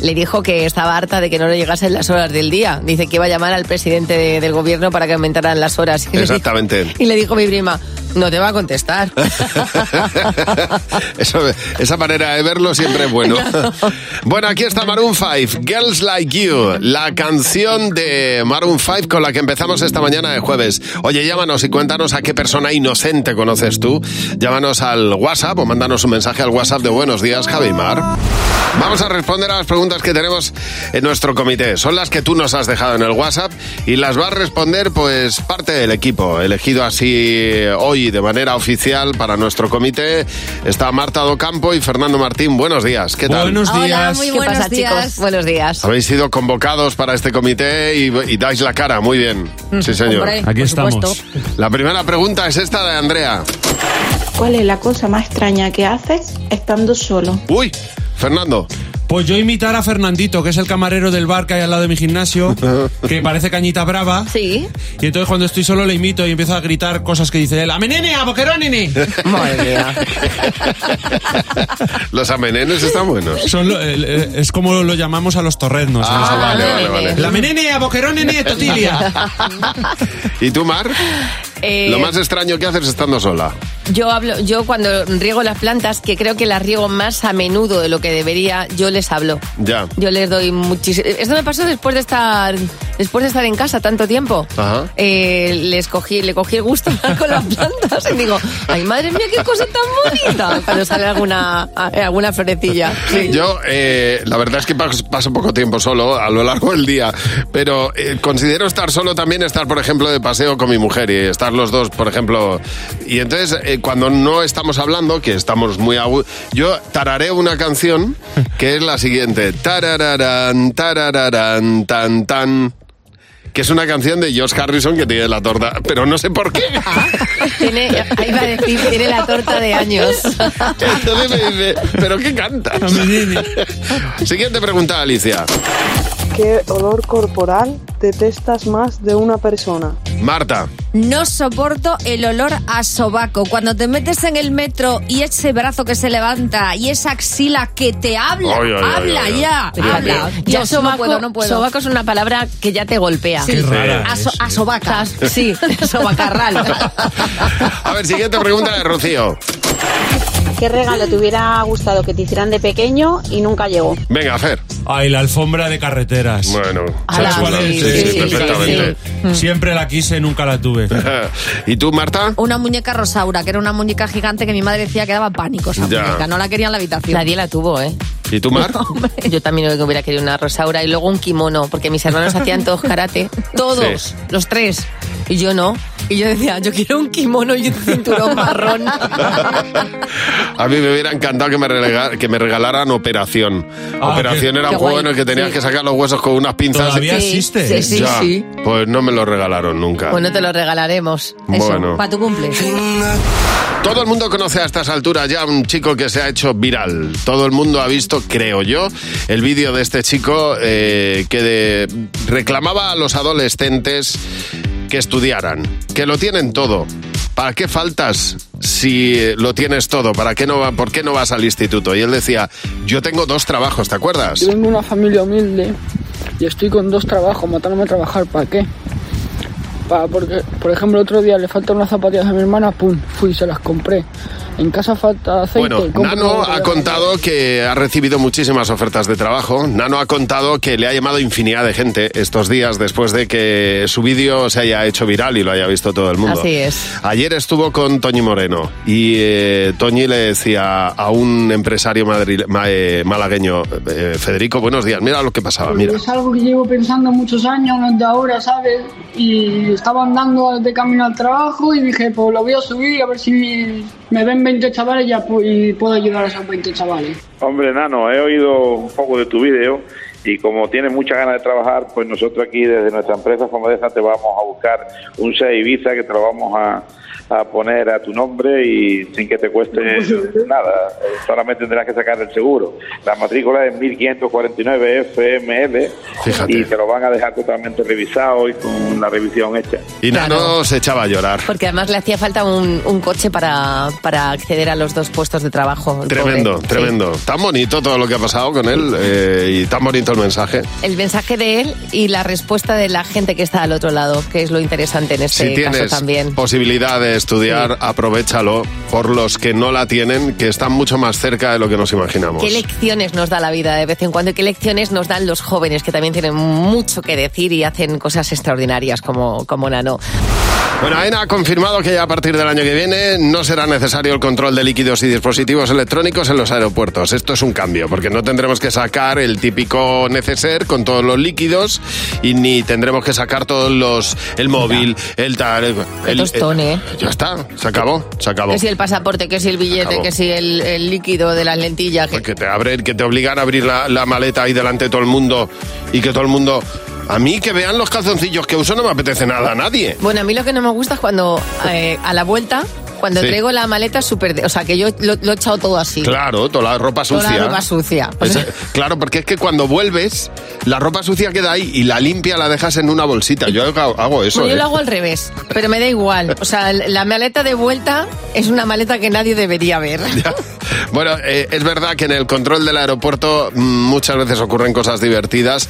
Speaker 4: le dijo que estaba harta de que no le llegasen las horas del día. Dice que iba a llamar al presidente de- del gobierno para que aumentaran las horas. Y le dijo-
Speaker 3: Exactamente.
Speaker 4: Y le dijo mi prima, no te va a contestar.
Speaker 3: Eso- esa manera de verlo siempre es bueno. Bueno, aquí está Maroon 5, Girls Like You, la canción de Maroon 5 con la que empezamos esta mañana de jueves. Oye, llámanos y cuéntanos a qué persona inocente conoces tú. Llámanos al WhatsApp o mándanos un mensaje al WhatsApp de Buenos Días, Javi Mar. Vamos a responder a las preguntas que tenemos en nuestro comité. Son las que tú nos has dejado en el WhatsApp y las va a responder pues parte del equipo. Elegido así eh, hoy de manera oficial para nuestro comité está Marta Docampo y Fernando Martín. Buenos días, ¿qué tal?
Speaker 4: Hola, muy buenos ¿Qué pasa, chicos? Buenos días.
Speaker 3: Habéis sido convocados para este comité y, y dais la cara, muy bien. Sí, señor.
Speaker 4: Mm, Hombre, Aquí por estamos. supuesto.
Speaker 3: La primera pregunta es esta de Andrea.
Speaker 16: ¿Cuál es la cosa más extraña que haces estando solo?
Speaker 3: Uy, Fernando.
Speaker 5: Pues yo imitar a Fernandito, que es el camarero del bar que hay al lado de mi gimnasio, que parece cañita brava.
Speaker 4: Sí.
Speaker 5: Y entonces cuando estoy solo le imito y empiezo a gritar cosas que dice él. ¡Amenene, a boquerónene!
Speaker 4: Madre mía.
Speaker 3: Los amenenes están buenos.
Speaker 5: Son lo- el- el- es como lo llamamos a los torrednos.
Speaker 3: Ah, vale, vale, vale.
Speaker 5: La menene, a boquerónene, totilia.
Speaker 3: ¿Y tú, Mar?
Speaker 4: Eh,
Speaker 3: Lo más extraño que haces estando sola.
Speaker 4: Yo hablo, yo cuando riego las plantas, que creo que las riego más a menudo de lo que debería, yo les hablo.
Speaker 3: Ya.
Speaker 4: Yo les doy muchísimo. Esto me pasó después de estar después de estar en casa tanto tiempo,
Speaker 3: Ajá.
Speaker 4: eh, les cogí, le cogí el gusto a hablar con las plantas y digo, ay madre mía, qué cosa tan bonita. Cuando sale alguna, eh, alguna florecilla. Sí.
Speaker 3: Yo, eh, la verdad es que pas- paso poco tiempo solo a lo largo del día, pero eh, considero estar solo también estar, por ejemplo, de paseo con mi mujer y estar los dos, por ejemplo. Y entonces, eh, cuando no estamos hablando, que estamos muy a gu- yo tararé una canción que es la siguiente: tarararán, tarararán, tan, tan. Que es una canción de Josh Harrison que tiene la torta, pero no sé por qué.
Speaker 4: Tiene, ahí va a decir, tiene la torta de años.
Speaker 3: Entonces me dice, ¿pero qué cantas? Siguiente pregunta, Alicia.
Speaker 17: ¿Qué olor corporal detestas más de una persona?
Speaker 3: Marta.
Speaker 18: No soporto el olor a sobaco. Cuando te metes en el metro y ese brazo que se levanta y esa axila que te habla,
Speaker 4: Ay, ay, ay,
Speaker 18: habla
Speaker 4: ay, ay.
Speaker 18: ya,
Speaker 4: Dios
Speaker 18: habla.
Speaker 4: mío.
Speaker 18: Ya
Speaker 4: Yo
Speaker 18: no
Speaker 4: sobaco-
Speaker 18: puedo, no puedo.
Speaker 4: sobaco es una palabra que ya te golpea.
Speaker 18: Sí.
Speaker 3: Qué rara
Speaker 18: A,
Speaker 3: es, Ah.
Speaker 18: so- a sobaca.
Speaker 4: Sí, sobacarral.
Speaker 3: A ver, siguiente pregunta de Rocío.
Speaker 19: ¿Qué regalo te hubiera gustado que te hicieran de pequeño y nunca llegó?
Speaker 3: Venga, Fer.
Speaker 5: Ay, la alfombra de carreteras.
Speaker 3: Bueno,
Speaker 5: ¿sabes
Speaker 3: Ala,
Speaker 5: cuál es?
Speaker 3: sí, sí, sí, Mm. perfectamente.
Speaker 5: Siempre la quise, nunca la tuve.
Speaker 3: ¿Y tú, Marta?
Speaker 18: Una muñeca rosaura, que era una muñeca gigante que mi madre decía que daba pánico esa
Speaker 3: Ya.
Speaker 18: muñeca. No la quería en la habitación.
Speaker 4: Nadie la tuvo, ¿eh?
Speaker 3: ¿Y tú, Mar?
Speaker 4: Yo también hubiera querido una rosaura y luego un kimono, porque mis hermanos hacían todos karate, todos,
Speaker 3: Sí.
Speaker 4: los tres, y yo no. Y yo decía, yo quiero un kimono y un cinturón marrón.
Speaker 3: A mí me hubiera encantado que me, relega- que me regalaran Operación. operación
Speaker 5: Ah, qué-
Speaker 3: era
Speaker 5: qué
Speaker 3: un juego en
Speaker 5: guay.
Speaker 3: el que tenías
Speaker 5: Sí.
Speaker 3: que sacar los huesos con unas pinzas.
Speaker 5: Todavía Sí, existe. sí, sí,
Speaker 3: Ya,
Speaker 5: sí.
Speaker 3: Pues no me lo regalaron nunca.
Speaker 4: Bueno, te lo regalaremos.
Speaker 3: Bueno.
Speaker 4: Eso, para tu cumple.
Speaker 3: Todo el mundo conoce a estas alturas ya a un chico que se ha hecho viral. Todo el mundo ha visto, creo yo, el vídeo de este chico eh, que de- reclamaba a los adolescentes que estudiaran, que lo tienen todo. ¿Para qué faltas si eh, lo tienes todo? ¿Para qué no va, ¿Por qué no vas al instituto? Y él decía, yo tengo dos trabajos, ¿te acuerdas?
Speaker 20: Yo vengo de una familia humilde y estoy con dos trabajos, matándome a trabajar, ¿para qué? Para porque, por ejemplo, otro día le faltan unas zapatillas a mi hermana, pum, fui y se las compré. En casa falta aceite.
Speaker 3: Bueno,
Speaker 20: compro una
Speaker 3: Nano
Speaker 20: botella
Speaker 3: ha
Speaker 20: de-
Speaker 3: contado que ha recibido muchísimas ofertas de trabajo. Nano ha contado que le ha llamado infinidad de gente estos días después de que su vídeo se haya hecho viral y lo haya visto todo el mundo.
Speaker 4: Así es.
Speaker 3: Ayer estuvo con Toñi Moreno y eh, Toñi le decía a un empresario madri- ma- eh, malagueño, eh, Federico, buenos días, mira lo que pasaba, mira.
Speaker 20: Es algo que llevo pensando muchos años, no es de ahora, ¿sabes? Y estaba andando de camino al trabajo y dije, pues lo voy a subir a ver si me ven 20 chavales y ya pu- y puedo ayudar a esos 20 chavales.
Speaker 21: Hombre, Nano, he oído un poco de tu vídeo y como tienes muchas ganas de trabajar, pues nosotros aquí desde nuestra empresa Fomadesa te vamos a buscar un SEA Ibiza que te lo vamos a, a poner a tu nombre y sin que te cueste nada. Eh, Solamente tendrás que sacar el seguro. La matrícula es 1549 FML y te lo van a dejar totalmente revisado y con la revisión hecha.
Speaker 3: Y Nano se echaba a llorar.
Speaker 4: Porque además le hacía falta un, un coche para, para acceder a los dos puestos de trabajo. el
Speaker 3: Tremendo,
Speaker 4: pobre. Pues, Sí.
Speaker 3: tremendo. Tan bonito todo lo que ha pasado con él eh, y tan bonito el mensaje.
Speaker 4: El mensaje de él y la respuesta de la gente que está al otro lado, que es lo interesante en este
Speaker 3: si
Speaker 4: caso
Speaker 3: tienes
Speaker 4: también.
Speaker 3: posibilidad de estudiar, aprovechalo. Por los que no la tienen, que están mucho más cerca de lo que nos imaginamos.
Speaker 4: ¿Qué lecciones nos da la vida de vez en cuando y qué lecciones nos dan los jóvenes que también tienen mucho que decir y hacen cosas extraordinarias como, como Nano?
Speaker 3: Bueno, AENA ha confirmado que ya a partir del año que viene no será necesario el control de líquidos y dispositivos electrónicos en los aeropuertos. Esto es un cambio, porque no tendremos que sacar el típico neceser con todos los líquidos y ni tendremos que sacar todos los... el móvil, el tal... El,
Speaker 4: tostón, ¿eh?
Speaker 3: Ya está, se acabó, se acabó.
Speaker 4: Que si el pasaporte, que si el billete,
Speaker 3: Acabó.
Speaker 4: que si el, el líquido de las lentillas. que-
Speaker 3: Que te, abren, que te obligan a abrir la, la maleta ahí delante de todo el mundo y que todo el mundo... A mí que vean los calzoncillos que uso no me apetece nada a nadie.
Speaker 4: Bueno, a mí lo que no me gusta es cuando eh, a la vuelta, cuando
Speaker 3: Sí.
Speaker 4: traigo la maleta súper... de- O sea, que yo lo, lo he echado todo así.
Speaker 3: Claro, toda la ropa
Speaker 4: Toda
Speaker 3: sucia.
Speaker 4: la ropa sucia. Pues,
Speaker 3: Esa- claro, porque es que cuando vuelves, la ropa sucia queda ahí y la limpia la dejas en una bolsita. Yo hago, hago eso.
Speaker 4: Bueno, yo
Speaker 3: ¿eh?
Speaker 4: lo hago al revés, pero me da igual. O sea, la maleta de vuelta es una maleta que nadie debería ver.
Speaker 3: Bueno, eh, es verdad que en el control del aeropuerto mm, muchas veces ocurren cosas divertidas.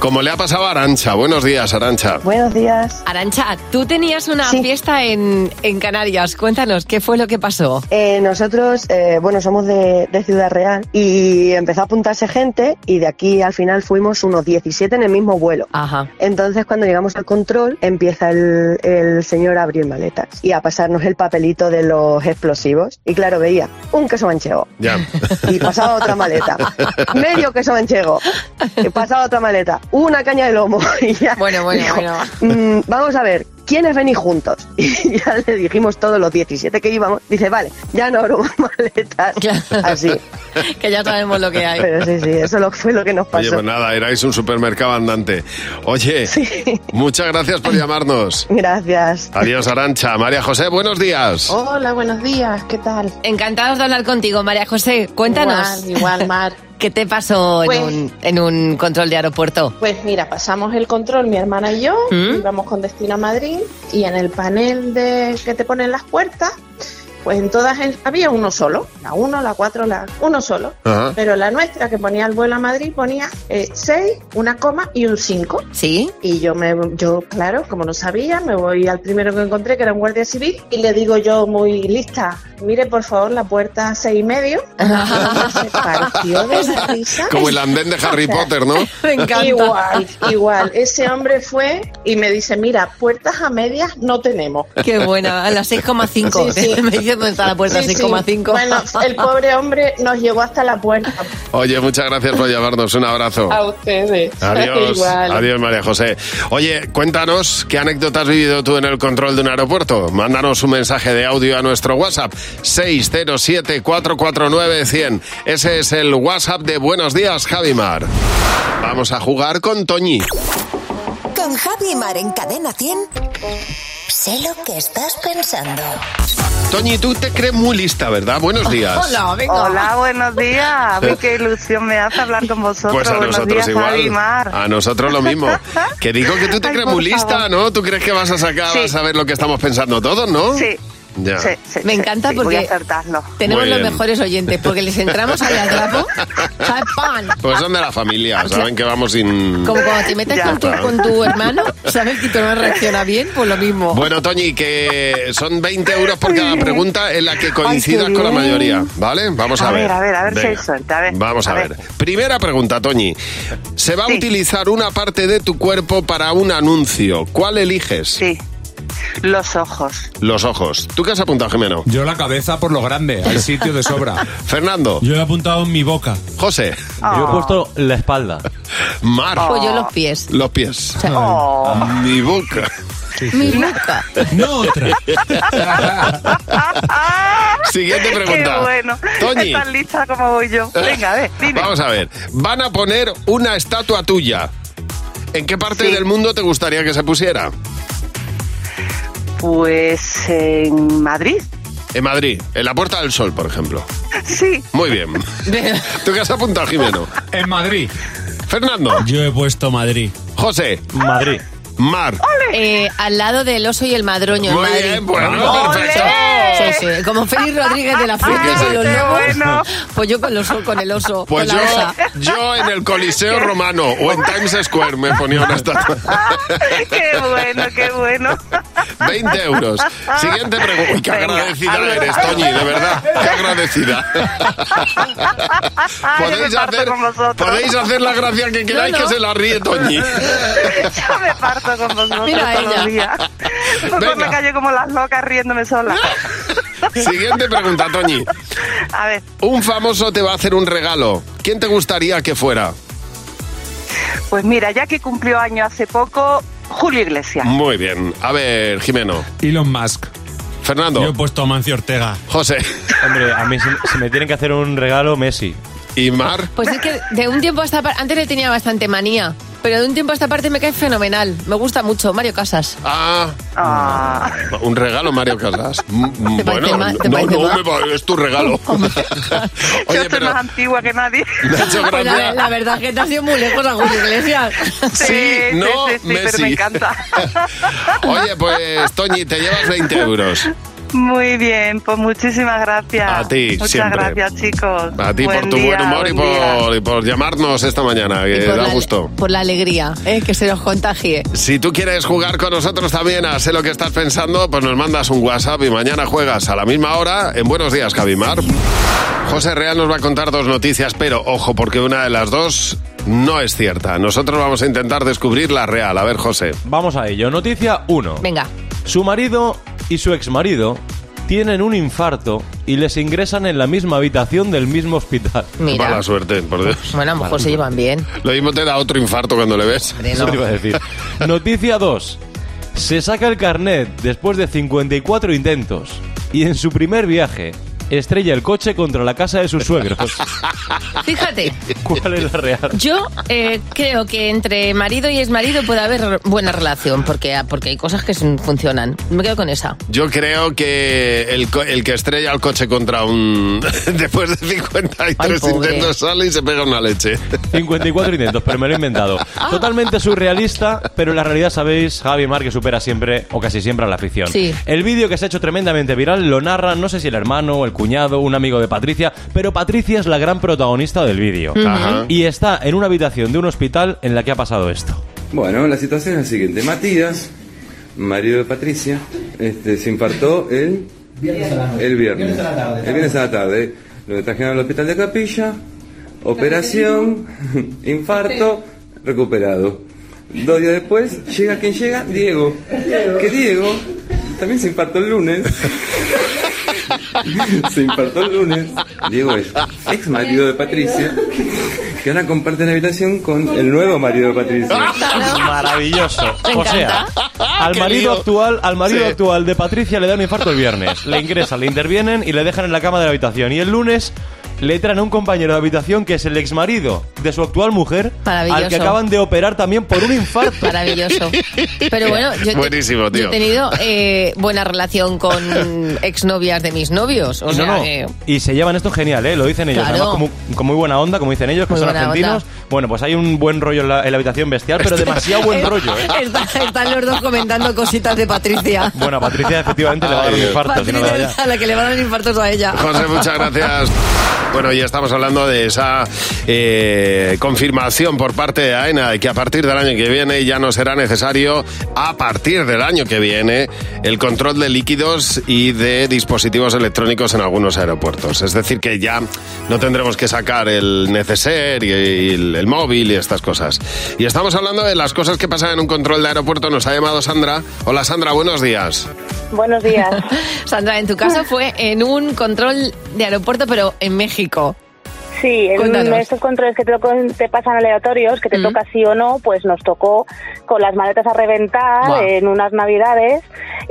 Speaker 3: Como le ha pasado a Arancha. Buenos días, Arancha.
Speaker 4: Buenos días. Arancha, tú tenías una fiesta en, en Canarias. Cuéntanos, ¿qué fue lo que pasó?
Speaker 2: Eh, nosotros, eh, bueno, somos de, de Ciudad Real y empezó a apuntarse gente y de aquí al final fuimos unos 17 en el mismo vuelo. Entonces cuando llegamos al control empieza el, el señor a abrir maletas y a pasarnos el papelito de los explosivos y claro, veía un queso manchego,
Speaker 3: Ya.
Speaker 2: y pasaba otra maleta. Medio queso manchego. Y pasaba otra maleta. Una caña de lomo. Y ya bueno,
Speaker 4: bueno, bueno.
Speaker 2: vamos a ver. ¿Quiénes venís juntos? Y ya le dijimos todos los 17 que íbamos. Dice, vale, ya no abro más maletas. Así.
Speaker 4: que ya sabemos lo que hay.
Speaker 2: Pero sí, sí, eso lo- fue lo que nos pasó.
Speaker 3: Oye, pues nada, erais un supermercado andante. Oye, muchas gracias por llamarnos.
Speaker 2: Gracias.
Speaker 3: Adiós, Arancha. María José, buenos
Speaker 19: Oh,
Speaker 3: días.
Speaker 4: Hola, buenos días, ¿qué tal? Encantados de hablar contigo, María José. Cuéntanos.
Speaker 19: Igual, igual, Mar.
Speaker 4: ¿Qué te pasó
Speaker 19: Pues-
Speaker 4: en, un, en un control de aeropuerto?
Speaker 19: Pues mira, pasamos el control mi hermana y yo,
Speaker 4: ¿Mm?
Speaker 19: íbamos con destino a Madrid y en el panel de que te ponen las puertas, pues en todas el- había uno solo, la 1, la 4, la uno solo,
Speaker 22: Ajá.
Speaker 19: pero la nuestra que ponía el vuelo a Madrid ponía 6, una coma y un 5.
Speaker 4: Sí.
Speaker 19: Y yo me yo claro, como no sabía, me voy al primero que encontré que era un guardia civil y le digo yo muy lista, mire por favor la puerta seis y medio. se partió de la risa.
Speaker 3: Como el andén de Harry Potter, ¿no?
Speaker 19: Igual, igual. Ese hombre fue y me dice, mira, puertas a medias no tenemos.
Speaker 4: Qué buena, a las 6,5.
Speaker 19: Sí, sí.
Speaker 4: Me dice dónde está la puerta,
Speaker 19: Sí, sí.
Speaker 4: 6,5.
Speaker 19: Bueno, el pobre hombre nos llegó hasta la puerta.
Speaker 3: Oye, muchas gracias por llamarnos. Un abrazo.
Speaker 19: A ustedes.
Speaker 3: Adiós.
Speaker 19: Igual.
Speaker 3: Adiós, María José. Oye, cuéntanos qué anécdota has vivido tú en el control de un aeropuerto. Mándanos un mensaje de audio a nuestro WhatsApp 607-449-100. Ese es el WhatsApp de Buenos Días, Javimar. Vamos a jugar con Toñi.
Speaker 7: Con Javi Mar en Cadena 100. Sé lo que estás pensando.
Speaker 3: Toñi, tú te crees muy lista, ¿verdad? Buenos días.
Speaker 23: venga. Hola, buenos días. A mí qué ilusión me hace hablar con vosotros.
Speaker 3: Pues a
Speaker 23: buenos
Speaker 3: nosotros
Speaker 23: días, Javi
Speaker 3: igual.
Speaker 23: y Mar.
Speaker 3: A nosotros lo mismo. Que digo que tú te
Speaker 23: Ay,
Speaker 3: crees
Speaker 23: por
Speaker 3: muy lista,
Speaker 23: favor.
Speaker 3: ¿no? Tú crees que vas a sacar,
Speaker 23: Sí.
Speaker 3: vas a ver lo que estamos pensando todos, ¿no?
Speaker 23: Sí.
Speaker 3: Ya.
Speaker 23: Sí, sí,
Speaker 4: Me
Speaker 23: sí,
Speaker 4: encanta
Speaker 23: sí, voy
Speaker 4: porque
Speaker 23: a acertarlo.
Speaker 4: Tenemos
Speaker 3: Muy
Speaker 4: los
Speaker 3: bien.
Speaker 4: mejores oyentes porque les entramos ahí al trapo. ¿sabes? ¡Pam!
Speaker 3: Pues son de la familia, saben que vamos sin...
Speaker 4: Como cuando te metes con tu, con tu hermano, sabes que tu hermano reacciona bien, pues lo mismo.
Speaker 3: Bueno, Toñi, que son 20 euros por cada pregunta en la que coincidas
Speaker 23: Ay, qué
Speaker 3: con la
Speaker 23: bien.
Speaker 3: mayoría, ¿vale? Vamos a,
Speaker 23: A ver, a ver, a ver si hay
Speaker 3: Venga.
Speaker 23: suerte, a ver,
Speaker 3: Vamos a,
Speaker 23: a
Speaker 3: ver.
Speaker 23: ver.
Speaker 3: Primera pregunta, Toñi. Se va a utilizar una parte de tu cuerpo para un anuncio. ¿Cuál eliges? Sí.
Speaker 23: Los ojos.
Speaker 3: Los ojos. ¿Tú qué has apuntado, Jimeno?
Speaker 5: Yo la cabeza por lo grande, hay sitio de sobra.
Speaker 3: Fernando.
Speaker 5: Yo he apuntado en mi boca.
Speaker 3: José.
Speaker 23: Ah.
Speaker 5: Yo he puesto
Speaker 3: la espalda. Mar.
Speaker 4: Pues yo los pies.
Speaker 3: Los pies.
Speaker 4: Sí.
Speaker 23: Oh.
Speaker 3: Mi boca.
Speaker 4: Mi boca.
Speaker 3: No otra. Siguiente pregunta.
Speaker 23: Qué bueno.
Speaker 3: Toñi. Eh.
Speaker 23: Estás lista como voy yo. Venga, a ver, dime.
Speaker 3: Vamos a ver. Van a poner una estatua tuya. ¿En qué parte del mundo te gustaría que se pusiera?
Speaker 23: Pues en Madrid.
Speaker 3: En Madrid, en la Puerta del Sol, por ejemplo.
Speaker 23: Sí.
Speaker 3: Muy bien. ¿Tú qué has apuntado, Jimeno? En Madrid. Fernando.
Speaker 5: Yo he puesto Madrid.
Speaker 3: José.
Speaker 5: Madrid.
Speaker 3: Mar.
Speaker 23: Oh,
Speaker 4: Eh, al lado del oso y el madroño. en
Speaker 5: Muy
Speaker 4: Madrid.
Speaker 5: bien, bueno,
Speaker 3: perfecto.
Speaker 4: Sí, sí, Como Félix Rodríguez de la fiesta de los lobos. Pues yo con, los, con el oso.
Speaker 3: Pues
Speaker 4: con
Speaker 3: yo,
Speaker 4: la osa.
Speaker 3: yo en el Coliseo Romano o en Times Square me ponía una estatua.
Speaker 23: Qué bueno, qué bueno.
Speaker 3: 20 euros.
Speaker 23: Ah.
Speaker 3: Siguiente pregunta. Uy, qué agradecida eres, Toñi, de verdad. Qué agradecida. podéis, hacer, podéis hacer la gracia que queráis
Speaker 23: No, no.
Speaker 3: que se la ríe Toñi.
Speaker 23: Yo me parto con vosotros
Speaker 22: Mira
Speaker 23: todos los
Speaker 22: ella.
Speaker 23: días. Por la calle como las locas riéndome sola.
Speaker 3: Siguiente pregunta, Toñi.
Speaker 23: A ver,
Speaker 3: Un famoso te va a hacer un regalo. ¿Quién te gustaría que fuera?
Speaker 23: pues mira, ya que cumplió año hace poco, Julio Iglesias.
Speaker 3: Muy bien. A ver, Jimeno.
Speaker 5: Elon Musk.
Speaker 3: Fernando.
Speaker 5: Yo he puesto a Mancio Ortega.
Speaker 3: José.
Speaker 24: Hombre, a mí si, si me tienen que hacer un regalo, Messi.
Speaker 3: ¿Y Mar?
Speaker 4: Pues es que de un tiempo a esta parte, antes le tenía bastante manía, pero de un tiempo a esta parte me cae fenomenal. Me gusta mucho, Mario Casas.
Speaker 3: Ah. Un regalo, Mario Casas. Mm,
Speaker 4: ¿Te parece
Speaker 3: Bueno,
Speaker 4: mal? ¿Te
Speaker 3: no,
Speaker 4: parece
Speaker 3: no,
Speaker 4: mal?
Speaker 3: me pa- es tu regalo.
Speaker 23: Yo soy más antigua que nadie.
Speaker 3: Me ha hecho
Speaker 4: Pues la,
Speaker 3: gracia.
Speaker 4: la verdad es que te has ido muy lejos a Julio Iglesias.
Speaker 23: Sí, sí,
Speaker 3: no,
Speaker 23: sí, sí, pero
Speaker 3: Messi.
Speaker 23: me encanta.
Speaker 3: Oye, pues Toñi, te llevas 20 euros.
Speaker 23: Muy bien, pues muchísimas gracias.
Speaker 3: A ti,
Speaker 23: Muchas
Speaker 3: siempre.
Speaker 23: gracias, chicos.
Speaker 3: A ti por tu
Speaker 23: día,
Speaker 3: buen humor y
Speaker 23: buen día.
Speaker 3: por, y por llamarnos esta mañana, que
Speaker 4: por
Speaker 3: da
Speaker 4: la-
Speaker 3: gusto.
Speaker 4: Por la alegría, eh, que se los contagie.
Speaker 3: Si tú quieres jugar con nosotros también a Sé lo que estás pensando, pues nos mandas un WhatsApp y mañana juegas a la misma hora en Buenos Días, Cabimar. José Real nos va a contar dos noticias, pero ojo, porque una de las dos no es cierta. Nosotros vamos a intentar descubrir la real. A ver, José.
Speaker 24: Vamos a ello. Noticia 1.
Speaker 4: Venga.
Speaker 24: Su marido y su exmarido tienen un infarto y les ingresan en la misma habitación del mismo hospital.
Speaker 4: Mira.
Speaker 3: Mala suerte, por Dios.
Speaker 4: Bueno, a lo mejor se llevan bien.
Speaker 3: Lo mismo te da otro infarto cuando le ves.
Speaker 24: Eso te iba a decir. Noticia 2. Se saca el carnet después de 54 intentos y en su primer viaje estrella el coche contra la casa de sus suegros.
Speaker 4: Fíjate,
Speaker 24: ¿Cuál es la real?
Speaker 4: yo eh, creo que entre marido y exmarido puede haber buena relación, porque, porque hay cosas que son- funcionan. Me quedo con esa.
Speaker 3: Yo creo que el, co- el que estrella el coche contra un... Después de 53
Speaker 24: Ay, pobre.
Speaker 3: intentos sale y se pega una leche.
Speaker 24: 54 intentos, pero me lo he inventado. Totalmente surrealista, pero en la realidad sabéis, Javi Mar, que supera siempre o casi siempre a la ficción.
Speaker 1: Sí.
Speaker 24: El vídeo que se ha hecho tremendamente viral lo narra, no sé si el hermano o el cuñado, un amigo de Patricia, pero Patricia es la gran protagonista del vídeo.
Speaker 1: Ujú. Ajá.
Speaker 24: Y está en una habitación de un hospital en la que ha pasado esto.
Speaker 1: Bueno, la situación es la siguiente. Matías, marido de Patricia, este, se infartó el...
Speaker 9: Viernes a la noche.
Speaker 1: El viernes.
Speaker 9: Viernes a la tarde.
Speaker 1: El viernes a la tarde. Lo trajeron al hospital de Capilla, operación, infarto, recuperado. Dos días después, llega quien llega, Diego. Que Diego también se infartó el lunes. Se infartó el lunes. Diego es ex marido de Patricia, que ahora comparte la habitación con el nuevo marido de Patricia.
Speaker 24: Maravilloso.
Speaker 1: Me Ah,
Speaker 24: O sea, al
Speaker 1: Qué
Speaker 24: marido
Speaker 1: lío.
Speaker 24: actual, al marido
Speaker 1: Sí.
Speaker 24: actual de Patricia le da un infarto el viernes. Le ingresan, le intervienen y le dejan en la cama de la habitación. Y el lunes le traen a un compañero de habitación que es el exmarido de su actual mujer,
Speaker 4: Maravilloso.
Speaker 24: al que acaban de operar también por un infarto.
Speaker 4: Maravilloso. Pero bueno, yo, te-
Speaker 24: Buenísimo,
Speaker 4: yo
Speaker 24: tío.
Speaker 4: he tenido eh, buena relación con exnovias de mis novios. O
Speaker 24: No,
Speaker 4: sea
Speaker 24: no.
Speaker 4: que-
Speaker 24: Y se llevan esto genial, ¿eh? Lo dicen ellos.
Speaker 4: Claro.
Speaker 24: Además, con, mu- con muy buena onda, como dicen ellos, que
Speaker 4: Muy
Speaker 24: son
Speaker 4: buena
Speaker 24: argentinos. Bueno, pues hay un buen rollo en la, en la habitación bestial, pero demasiado buen rollo, ¿eh?
Speaker 4: Está- están los dos comentando cositas de Patricia.
Speaker 24: Bueno, a Patricia efectivamente le va a dar un infarto. si no le da ya.
Speaker 4: A la que le van a dar infartos a ella.
Speaker 3: José, muchas gracias. Bueno, ya estamos hablando de esa eh, confirmación por parte de AENA de que a partir del año que viene ya no será necesario, a partir del año que viene, el control de líquidos y de dispositivos electrónicos en algunos aeropuertos. Es decir, que ya no tendremos que sacar el neceser y el, el móvil y estas cosas. Y estamos hablando de las cosas que pasan en un control de aeropuerto. Nos ha llamado Sandra. Hola Sandra, buenos días.
Speaker 4: Buenos días. Sandra, en tu caso fue en un control de aeropuerto, pero en México.
Speaker 10: Sí, en
Speaker 4: Cuéntanos.
Speaker 10: uno de estos controles que te, tocan- te pasan aleatorios, que te toca sí o no, pues nos tocó con las maletas a reventar
Speaker 22: Buah.
Speaker 10: en unas navidades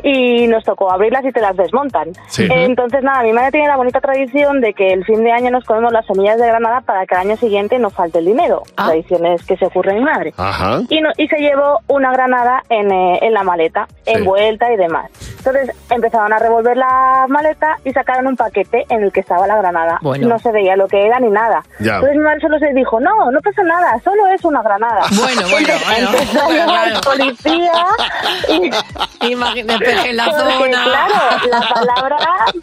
Speaker 10: y nos tocó abrirlas y te las desmontan. Eh,
Speaker 22: Sí.
Speaker 10: Entonces, nada, mi madre tiene la bonita tradición de que el fin de año nos comemos las semillas de granada para que al año siguiente no falte el dinero.
Speaker 22: Ah.
Speaker 10: Tradiciones que se ocurre a mi madre.
Speaker 3: Ajá.
Speaker 10: Y, no- y se llevó una granada en, eh, en la maleta, envuelta y demás. Entonces empezaron a revolver la maleta y sacaron un paquete en el que estaba la granada.
Speaker 22: Bueno.
Speaker 10: No se veía lo que era ni nada.
Speaker 22: Ya.
Speaker 10: Entonces mi madre solo se dijo, no, no pasa nada, solo es una granada.
Speaker 22: Bueno, bueno, bueno.
Speaker 10: Empezó a llegar el policía y...
Speaker 22: Imagínate, en la
Speaker 10: Porque,
Speaker 22: zona.
Speaker 10: Claro, la palabra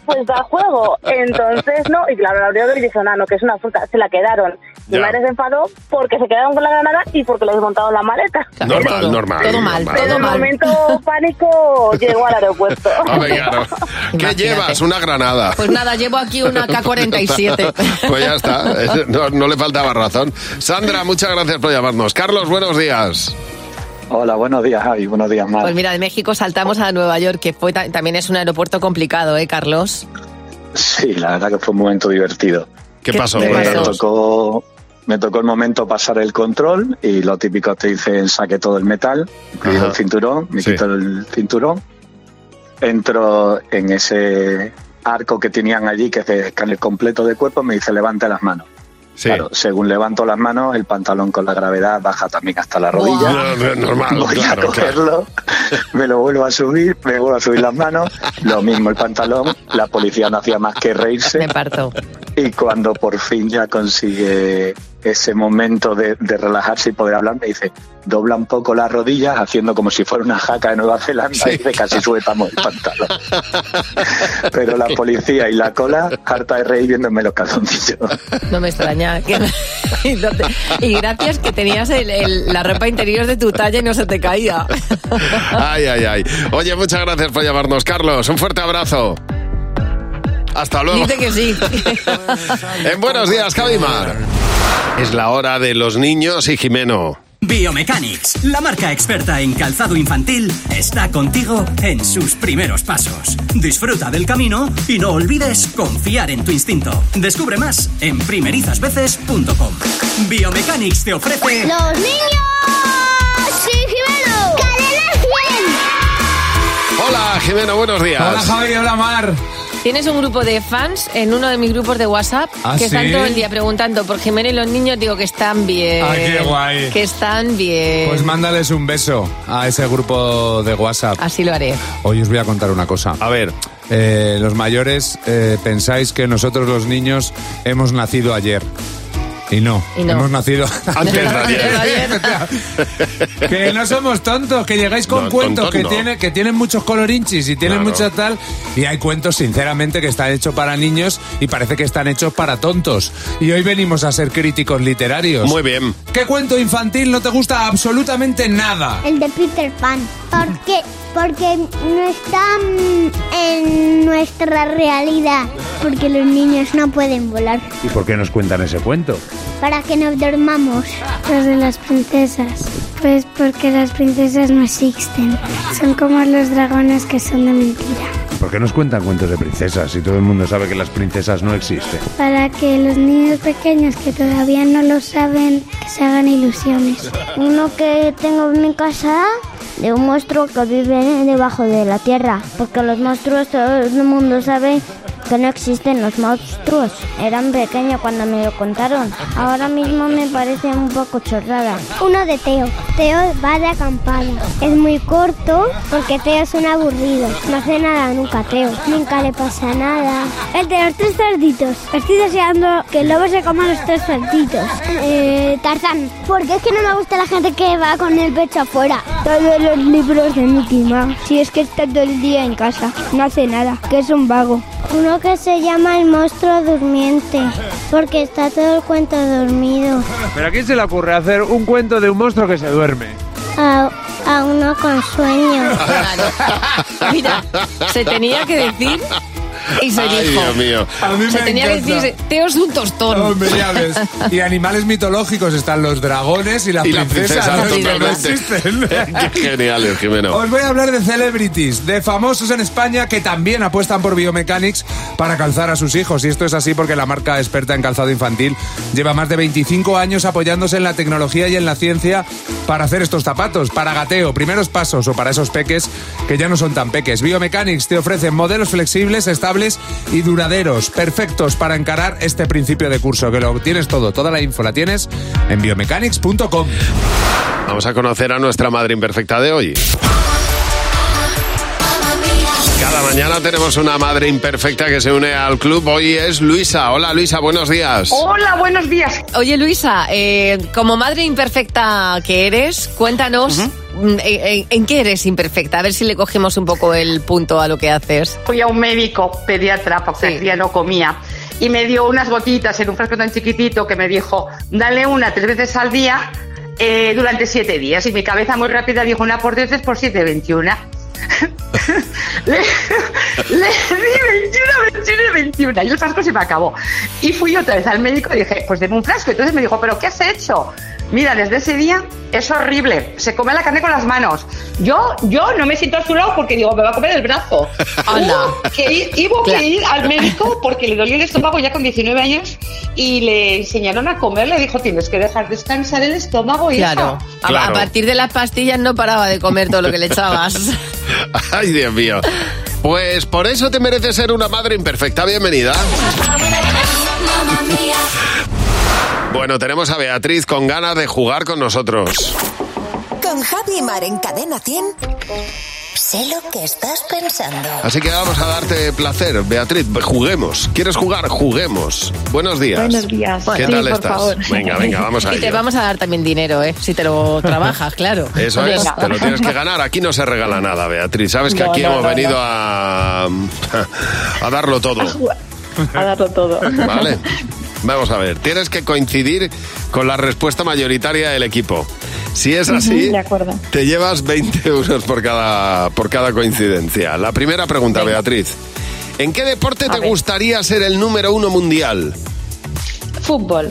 Speaker 10: pues da juego. Entonces, no, y claro, la abrió y dijo, no, no, que es una fruta. Se la quedaron. Mi
Speaker 3: Ya.
Speaker 10: madre se enfadó porque se quedaron con la granada y porque le desmontaron la maleta.
Speaker 3: Normal, normal. normal.
Speaker 10: En el momento pánico llegó al aeropuerto.
Speaker 3: Hombre, claro. ¿Qué llevas? Una granada.
Speaker 4: Pues nada, llevo aquí una K-47.
Speaker 3: Pues ya está, no, no le faltaba razón. Sandra, muchas gracias por llamarnos. Carlos, buenos días.
Speaker 25: Hola, buenos días, Javi. Buenos días, Mar.
Speaker 4: Pues mira, de México saltamos a Nueva York, que fue ta- también es un aeropuerto complicado, ¿eh, Carlos?
Speaker 25: Sí, la verdad que fue un momento divertido.
Speaker 3: ¿Qué pasó?
Speaker 25: Me,
Speaker 3: Cuéntanos.
Speaker 25: tocó, me tocó el momento pasar el control y lo típico te dicen saque todo el metal, incluido
Speaker 1: Ajá.
Speaker 25: el cinturón, me
Speaker 1: Sí.
Speaker 25: quito el cinturón, entro en ese arco que tenían allí, que es de escáner completo de cuerpo, me dice levante las manos. Claro, según levanto las manos, el pantalón con la gravedad baja también hasta la rodilla.
Speaker 3: No, no, normal,
Speaker 25: Voy
Speaker 3: claro,
Speaker 25: a cogerlo, me lo vuelvo a subir, me vuelvo a subir las manos, lo mismo el pantalón, la policía no hacía más que reírse.
Speaker 4: Me parto.
Speaker 25: Y cuando por fin ya consigue ese momento de, de relajarse y poder hablar, me dice, dobla un poco las rodillas haciendo como si fuera una jaca de Nueva Zelanda y dice, casi sujetamos el pantalón. Pero la policía y la cola, harta de reír viéndome los calzoncillos.
Speaker 4: No me extraña. que- y, no te- y gracias que tenías el- el- la ropa interior de tu talla y no se te caía.
Speaker 3: Ay, ay, ay. Oye, muchas gracias por llamarnos, Carlos. Un fuerte abrazo. Hasta luego.
Speaker 4: Dice que sí.
Speaker 3: En Buenos Días, Cabimar. Es la hora de los niños y Jimeno.
Speaker 26: Biomechanics, la marca experta en calzado infantil, está contigo en sus primeros pasos. Disfruta del camino y no olvides confiar en tu instinto. Descubre más en primerizasveces.com. Biomechanics te ofrece
Speaker 8: ¡Los niños! ¡Sí, Jimeno!
Speaker 3: Hola, Jimeno, buenos días.
Speaker 12: Hola, Javi, hola, Mar.
Speaker 4: Tienes un grupo de fans en uno de mis grupos de WhatsApp
Speaker 12: ¿Ah,
Speaker 4: que están
Speaker 12: sí?
Speaker 4: todo el día preguntando por Jimena y los niños. Digo que están bien.
Speaker 12: Ay, Ah, qué guay.
Speaker 4: Que están bien.
Speaker 12: Pues mándales un beso a ese grupo de WhatsApp.
Speaker 4: Así lo haré.
Speaker 12: Hoy os voy a contar una cosa. A ver. los mayores eh, pensáis que nosotros los niños hemos nacido ayer. Y no,
Speaker 4: Y no.
Speaker 12: hemos nacido
Speaker 3: antes de
Speaker 12: ayer. que no somos tontos, que llegáis con
Speaker 3: No,
Speaker 12: cuentos
Speaker 3: tontos
Speaker 12: que,
Speaker 3: no.
Speaker 12: tiene, que tienen muchos colorinchis y tienen
Speaker 3: Claro.
Speaker 12: mucha tal. Y hay cuentos, sinceramente, que están hechos para niños y parece que están hechos para tontos. Y hoy venimos a ser críticos literarios.
Speaker 3: Muy bien.
Speaker 12: ¿Qué cuento infantil no te gusta absolutamente nada?
Speaker 8: El de Peter Pan. ¿Por qué? Porque no está mm, en nuestra realidad. Porque los niños no pueden volar.
Speaker 27: ¿Y por qué nos cuentan ese cuento?
Speaker 8: Para que nos dormamos. Los de las princesas. Pues porque las princesas no existen. Son como los dragones que son de mentira.
Speaker 27: ¿Por qué nos cuentan cuentos de princesas si todo el mundo sabe que las princesas no existen?
Speaker 8: Para que los niños pequeños que todavía no lo saben, que se hagan ilusiones. Uno que tengo en mi casa de un monstruo que vive debajo de la tierra. Porque los monstruos, todo el mundo sabe que no existen los monstruos. Eran pequeños cuando me lo contaron. Ahora mismo me parece un poco chorrada. Uno de Teo. Teo va de acampada. Es muy corto porque Teo es un aburrido. No hace nada nunca Teo. Nunca le pasa nada. El de los tres cerditos. Estoy deseando que el lobo se coma los tres cerditos. Eh, Tarzán. Porque es que no me gusta la gente que va con el pecho afuera. Todos los libros de Mickey Mouse. Si es que está todo el día en casa. No hace nada. Que es un vago. Uno que se llama el monstruo durmiente. Porque está todo el cuento dormido.
Speaker 27: ¿Pero a quién se le ocurre hacer un cuento de un monstruo que se duerme?
Speaker 8: A, a uno con sueño.
Speaker 4: Mira, se tenía que decir y se
Speaker 3: Ay,
Speaker 4: dijo.
Speaker 3: Dios mío.
Speaker 12: A mí
Speaker 4: se
Speaker 12: me
Speaker 4: tenía que
Speaker 12: encanta.
Speaker 4: decir, Teo es un tostón.
Speaker 12: Hombre, ya ves. Y animales mitológicos están los dragones y las
Speaker 3: Y la
Speaker 12: princesas.
Speaker 3: princesa,
Speaker 12: ¿no? No existen.
Speaker 3: totalmente. Qué genial es, Jimeno.
Speaker 12: Os voy a hablar de celebrities, de famosos en España que también apuestan por Biomechanics para calzar a sus hijos. Y esto es así porque la marca experta en calzado infantil lleva más de 25 años apoyándose en la tecnología y en la ciencia para hacer estos zapatos, para gateo, primeros pasos o para esos peques que ya no son tan peques. Biomechanics te ofrecen modelos flexibles, estables y duraderos, perfectos para encarar este principio de curso, que lo tienes todo, toda la info la tienes en biomechanics.com.
Speaker 3: Vamos a conocer a nuestra madre imperfecta de hoy. Cada mañana tenemos una madre imperfecta que se une al club. Hoy es Luisa. Hola, Luisa, buenos días.
Speaker 4: Hola, buenos días. Oye, Luisa, eh, como madre imperfecta que eres, cuéntanos mm, en, en- en qué eres imperfecta. A ver si le cogemos un poco el punto a lo que haces.
Speaker 19: fui a un médico pediatra porque el día no comía y me dio unas gotitas en un frasco tan chiquitito que me dijo, dale una tres veces al día eh, durante siete días. Y mi cabeza muy rápida dijo, una por tres es por siete, veintiuna. le, le di 21, 21, 21 y el frasco se me acabó. Y fui otra vez al médico y dije, pues deme un frasco. Entonces me dijo, ¿pero qué has hecho? Mira, desde ese día es horrible. Se come la carne con las manos. Yo, yo no me siento a su lado porque digo, me va a comer el brazo. Hubo que ir, hubo Claro. que ir al médico porque le dolió el estómago ya con 19 años y le enseñaron a comer. Le dijo, tienes que dejar descansar el estómago, hija.
Speaker 4: Claro. A- A,
Speaker 3: Claro.
Speaker 4: partir de las pastillas no paraba de comer todo lo que le echabas.
Speaker 3: Ay, Dios mío. Pues por eso te mereces ser una madre imperfecta. Bienvenida. Bueno, tenemos a Beatriz con ganas de jugar con nosotros.
Speaker 7: Con Javi y Mar en Cadena 100. Sé lo que estás pensando.
Speaker 3: Así que vamos a darte placer, Beatriz. Juguemos. ¿Quieres jugar? Juguemos. Buenos días.
Speaker 4: Buenos días.
Speaker 3: ¿Qué
Speaker 4: Sí,
Speaker 3: tal
Speaker 4: por
Speaker 3: estás?
Speaker 4: favor.
Speaker 3: Venga, venga, vamos a
Speaker 4: Y te
Speaker 3: ello.
Speaker 4: vamos a dar también dinero, ¿eh? Si te lo trabajas, claro.
Speaker 3: Eso es,
Speaker 4: Venga.
Speaker 3: te lo tienes que ganar. Aquí no se regala nada, Beatriz. Sabes que
Speaker 4: No,
Speaker 3: aquí
Speaker 4: no,
Speaker 3: hemos
Speaker 4: no,
Speaker 3: venido
Speaker 4: no.
Speaker 3: A, a darlo todo.
Speaker 12: A darlo todo.
Speaker 3: Vale. Vamos a ver, tienes que coincidir con la respuesta mayoritaria del equipo. Si es así,
Speaker 12: Ujú, De acuerdo.
Speaker 3: te llevas 20 euros por cada, por cada coincidencia. La primera pregunta, Beatriz. ¿En qué deporte te gustaría ser el número uno mundial?
Speaker 12: Fútbol.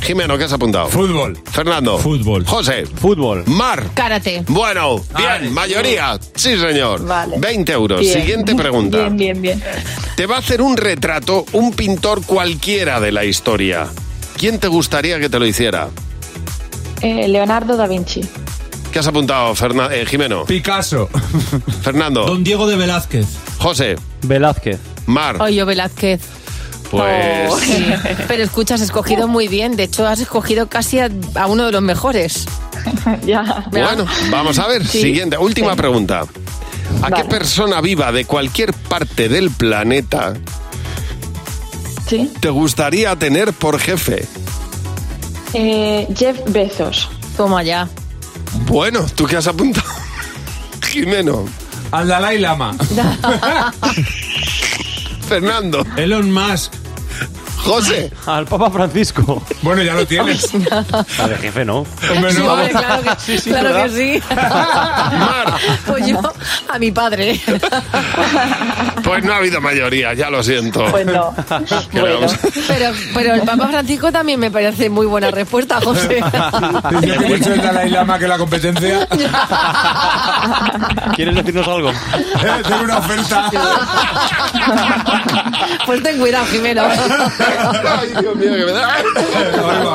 Speaker 3: Jimeno, ¿qué has apuntado? Fútbol. Fernando. Fútbol. José. Fútbol. Mar.
Speaker 4: Cárate.
Speaker 3: Bueno, Ah, bien, mayoría. Sí, señor.
Speaker 12: Vale.
Speaker 3: 20 euros.
Speaker 12: Bien.
Speaker 3: Siguiente pregunta.
Speaker 12: Bien, bien, bien.
Speaker 3: Te va a hacer un retrato un pintor cualquiera de la historia. ¿Quién te gustaría que te lo hiciera?
Speaker 12: Eh, Leonardo da Vinci.
Speaker 3: ¿Qué has apuntado, Ferna- eh, Jimeno? Picasso. Fernando. Don Diego de Velázquez. José. Velázquez. Mar.
Speaker 4: Oye, Velázquez.
Speaker 3: Pues.
Speaker 4: Oh, sí. Pero escucha, has escogido muy bien. De hecho, has escogido casi a, a uno de los mejores.
Speaker 12: ya.
Speaker 3: Bueno, vamos a ver.
Speaker 4: Sí.
Speaker 3: Siguiente, última pregunta. ¿A qué persona viva de cualquier parte del planeta te gustaría tener por jefe?
Speaker 12: Eh, Jeff Bezos.
Speaker 4: Toma ya.
Speaker 3: Bueno, ¿tú qué has apuntado? Jimeno.
Speaker 5: Al Dalai Lama.
Speaker 3: Fernando.
Speaker 5: Elon Musk.
Speaker 3: José.
Speaker 24: Al Papa Francisco.
Speaker 5: Bueno, ya lo tienes.
Speaker 24: A ver, jefe, no.
Speaker 5: Hombre,
Speaker 4: Sí,
Speaker 5: no.
Speaker 4: hombre, claro que
Speaker 5: Sí, sí,
Speaker 4: claro que
Speaker 5: ¿verdad?
Speaker 4: sí. Pues yo, a mi padre.
Speaker 3: Pues no ha habido mayoría, ya lo siento.
Speaker 4: Pues no.
Speaker 3: Que le vamos-
Speaker 4: Pero, pero el Papa Francisco también me parece muy buena respuesta, José.
Speaker 5: Desde que he dicho el Dalai Lama que la competencia.
Speaker 24: ¿Quieres decirnos algo?
Speaker 5: Tengo una oferta.
Speaker 4: Pues ten cuidado, Jimeno.
Speaker 3: Ay, Dios mío, que me da.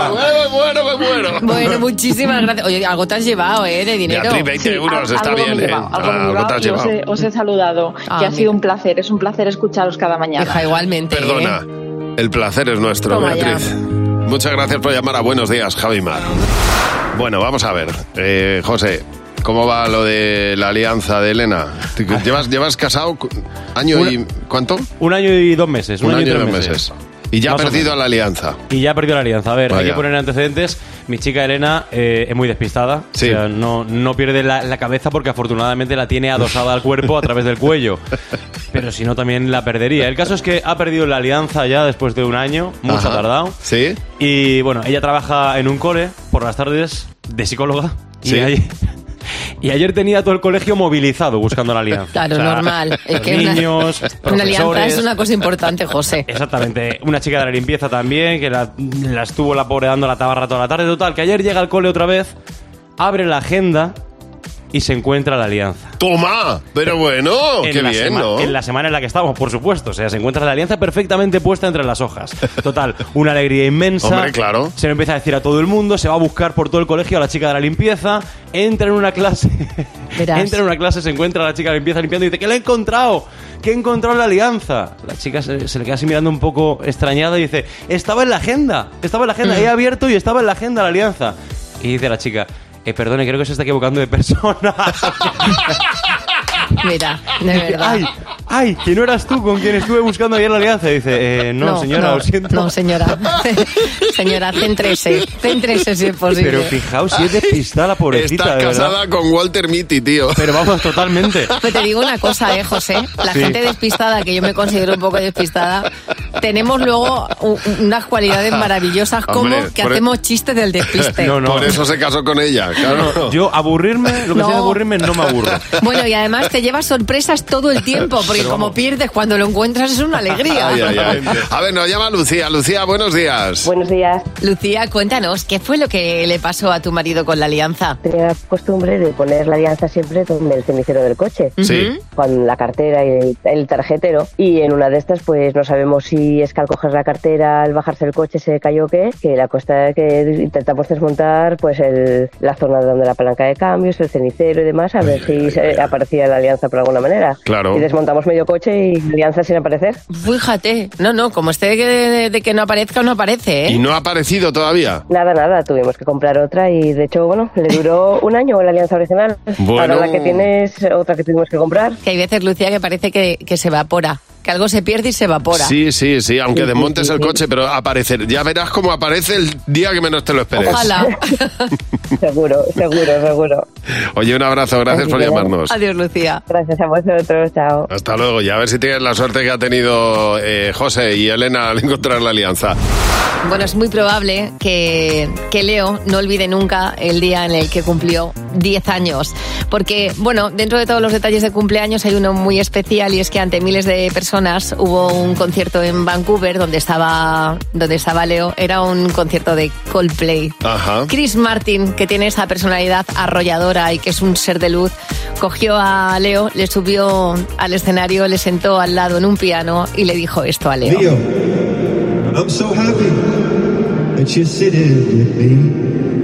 Speaker 3: Me muero, me muero.
Speaker 4: Bueno, muchísimas gracias. Oye, algo te has llevado, ¿eh? De dinero.
Speaker 3: Beatriz, 20 euros, está
Speaker 12: algo
Speaker 3: bien,
Speaker 12: me he
Speaker 3: ¿eh?
Speaker 12: llevado, algo me he
Speaker 3: Ah, algo te has
Speaker 12: llevado y os, he,
Speaker 3: llevado.
Speaker 12: os he saludado.
Speaker 4: Ah,
Speaker 12: que ha sido
Speaker 4: mira.
Speaker 12: un placer. Es un placer escucharos cada mañana.
Speaker 4: igualmente. ¿eh?
Speaker 3: Perdona, el placer es nuestro,
Speaker 12: Toma ya.
Speaker 3: Beatriz. Muchas gracias por llamar a Buenos Días, Javi Mar. Bueno, vamos a ver, eh, José. ¿Cómo va lo de la alianza de Elena? ¿Llevas, llevas casado cu- año
Speaker 24: Ah. Una-
Speaker 3: y cuánto?
Speaker 24: Un año y dos meses. Un,
Speaker 3: Un
Speaker 24: año,
Speaker 3: año y
Speaker 24: tres
Speaker 3: dos meses. Y ya ha
Speaker 24: Más o
Speaker 3: perdido
Speaker 24: menos.
Speaker 3: la alianza.
Speaker 24: Y ya ha perdido la alianza. A ver, hay
Speaker 3: Vaya.
Speaker 24: que poner antecedentes. Mi chica Elena eh, es muy despistada. O sea, no, no pierde la, la cabeza porque afortunadamente la tiene adosada al cuerpo a través del cuello. Pero si no, también la perdería. El caso es que ha perdido la alianza ya después de un año. Mucho
Speaker 3: Ajá.
Speaker 24: ha tardado.
Speaker 3: Sí.
Speaker 24: Y bueno, ella trabaja en un cole por las tardes de psicóloga.
Speaker 3: Sí.
Speaker 24: Y ayer, y ayer tenía todo el colegio movilizado buscando la alianza.
Speaker 4: Claro,
Speaker 24: O sea,
Speaker 4: normal. Es
Speaker 24: los
Speaker 4: que una-
Speaker 24: niños,
Speaker 4: Una alianza es
Speaker 24: profesores.
Speaker 4: una cosa importante, José.
Speaker 24: Exactamente. Una chica de la limpieza también, que la, la estuvo la pobre dando la tabarra toda la tarde. Total, que ayer llega al cole otra vez, abre la agenda y se encuentra la alianza.
Speaker 3: ¡Toma! Pero bueno, qué
Speaker 24: la
Speaker 3: bien,
Speaker 24: sema-
Speaker 3: ¿no?
Speaker 24: En la semana en la que estábamos, por supuesto. O sea, se encuentra la alianza perfectamente puesta entre las hojas. Total, una alegría inmensa.
Speaker 3: Hombre, claro.
Speaker 24: Se lo empieza a decir a todo el mundo, se va a buscar por todo el colegio a la chica de la limpieza, entra en una clase.
Speaker 4: Verás.
Speaker 24: Entra en una clase, se encuentra a la chica de la limpieza limpiando y dice, ¿qué le he encontrado? ¿Qué he encontrado en la alianza? La chica se, se le queda así mirando un poco extrañada y dice, estaba en la agenda, estaba en la
Speaker 4: Mm.
Speaker 24: agenda, he abierto y estaba en la agenda la alianza. Y dice la chica, "Eh, perdone, creo que se está equivocando de persona.
Speaker 4: Mira, de
Speaker 24: Dice,
Speaker 4: verdad.
Speaker 24: Ay, ay, que no eras tú con quien estuve buscando ayer la alianza. Dice, eh, no, señora,
Speaker 4: no,
Speaker 24: lo siento.
Speaker 4: No, señora. señora, céntrese. Céntrese si es posible.
Speaker 24: Pero fijaos, si es despistada la pobrecita,
Speaker 3: Estás
Speaker 24: de verdad.
Speaker 3: casada con Walter Mitty, tío.
Speaker 24: Pero vamos, totalmente.
Speaker 4: Pero te digo una cosa, eh, José. La
Speaker 24: Sí.
Speaker 4: gente despistada, que yo me considero un poco despistada, tenemos luego u- unas cualidades maravillosas como
Speaker 3: Hombre,
Speaker 4: que
Speaker 3: por- e-
Speaker 4: hacemos chistes del despiste.
Speaker 3: Por eso se casó con ella, claro.
Speaker 24: Yo aburrirme, lo que sea aburrirme, no me aburro.
Speaker 4: Bueno, y además te llevas sorpresas todo el tiempo, porque
Speaker 3: Pero
Speaker 4: como pierdes cuando lo encuentras es una alegría.
Speaker 3: Ay, ay, ay. A ver, nos llama Lucía. Lucía, buenos días.
Speaker 4: Buenos días. Lucía, cuéntanos, ¿qué fue lo que le pasó a tu marido con la alianza?
Speaker 13: Tenía la costumbre de poner la alianza siempre donde el cenicero del coche.
Speaker 4: Sí.
Speaker 13: Con la cartera y el, el tarjetero. Y en una de estas, pues no sabemos si es que al coger la cartera, al bajarse el coche, se cayó o qué. Que la cosa que intentamos desmontar, pues el- la zona donde la palanca de cambios, el cenicero y demás, a ver si se- aparecía la alianza por alguna manera.
Speaker 3: Claro.
Speaker 13: Y desmontamos
Speaker 19: medio coche y alianza sin aparecer.
Speaker 4: Fíjate. No, no, como esté de, que- de- de que no aparezca, no aparece, ¿eh?
Speaker 3: Y no ha aparecido todavía.
Speaker 19: Nada, nada, tuvimos que comprar otra y de hecho, bueno, le duró un año la alianza original.
Speaker 3: Bueno.
Speaker 19: Ahora la que tienes, Eh, otra que tuvimos que comprar.
Speaker 4: Que hay veces, Lucía, que parece que, que se evapora. Que algo se pierde y se evapora.
Speaker 3: Sí, sí, sí, aunque desmontes el coche, pero aparecer. Ya verás cómo aparece el día que menos te lo esperes.
Speaker 4: Ojalá.
Speaker 19: seguro, seguro, seguro.
Speaker 3: Oye, un abrazo, gracias
Speaker 19: Así
Speaker 3: por
Speaker 19: que,
Speaker 3: llamarnos.
Speaker 4: Adiós, Lucía.
Speaker 19: Gracias a vosotros, chao.
Speaker 3: Pues- Hasta luego, ya a ver si tienes la suerte que ha tenido eh, José y Elena al encontrar la alianza.
Speaker 4: Bueno, es muy probable que, que Leo no olvide nunca el día en el que cumplió 10 años. Porque, bueno, dentro de todos los detalles de cumpleaños hay uno muy especial y es que ante miles de personas hubo un concierto en Vancouver donde estaba, donde estaba Leo. Era un concierto de Coldplay.
Speaker 3: Ajá.
Speaker 4: Chris Martin, que tiene esa personalidad arrolladora y que es un ser de luz, cogió a Leo, le subió al escenario, le sentó al lado en un piano y le dijo esto a Leo.
Speaker 11: Leo, I'm so happy that you're sitting with me.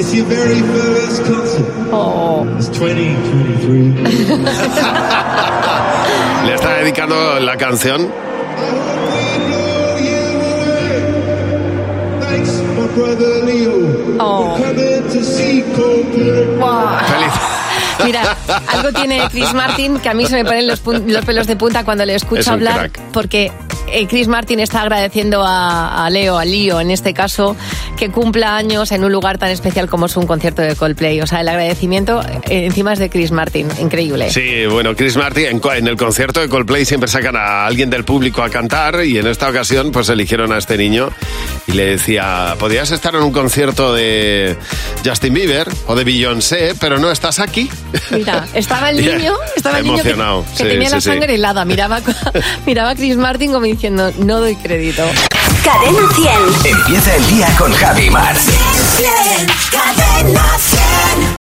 Speaker 11: it's your very first concert. Oh. It's 2023.
Speaker 3: Le está dedicando la canción.
Speaker 11: Thanks, my brother Leo, oh. for coming to see Coldplay.
Speaker 4: Mira, algo tiene Chris Martin que a mí se me ponen los, pun- los pelos de punta cuando le
Speaker 11: Es
Speaker 4: escucho
Speaker 11: un
Speaker 4: hablar,
Speaker 11: crack.
Speaker 4: porque eh, Chris Martin está agradeciendo a, a Leo, a Leo en este caso, que cumpla años en un lugar tan especial como es un concierto de Coldplay. O sea, el agradecimiento eh, encima es de Chris Martin, increíble.
Speaker 3: Sí, bueno, Chris Martin en, co- en el concierto de Coldplay siempre sacan a alguien del público a cantar y en esta ocasión pues eligieron a este niño y le decía, podrías estar en un concierto de Justin Bieber o de Beyoncé, pero no estás aquí.
Speaker 4: Mira, estaba el
Speaker 3: Bien.
Speaker 4: niño, estaba el niño que-
Speaker 3: Emocionado, sí,
Speaker 4: que, tenía
Speaker 3: sí,
Speaker 4: la
Speaker 3: sí.
Speaker 4: sangre helada, miraba, miraba a Chris Martin como diciendo, no doy crédito.
Speaker 28: Cadena 100.
Speaker 26: Empieza el día con Javi Mar.
Speaker 28: Cadena 100.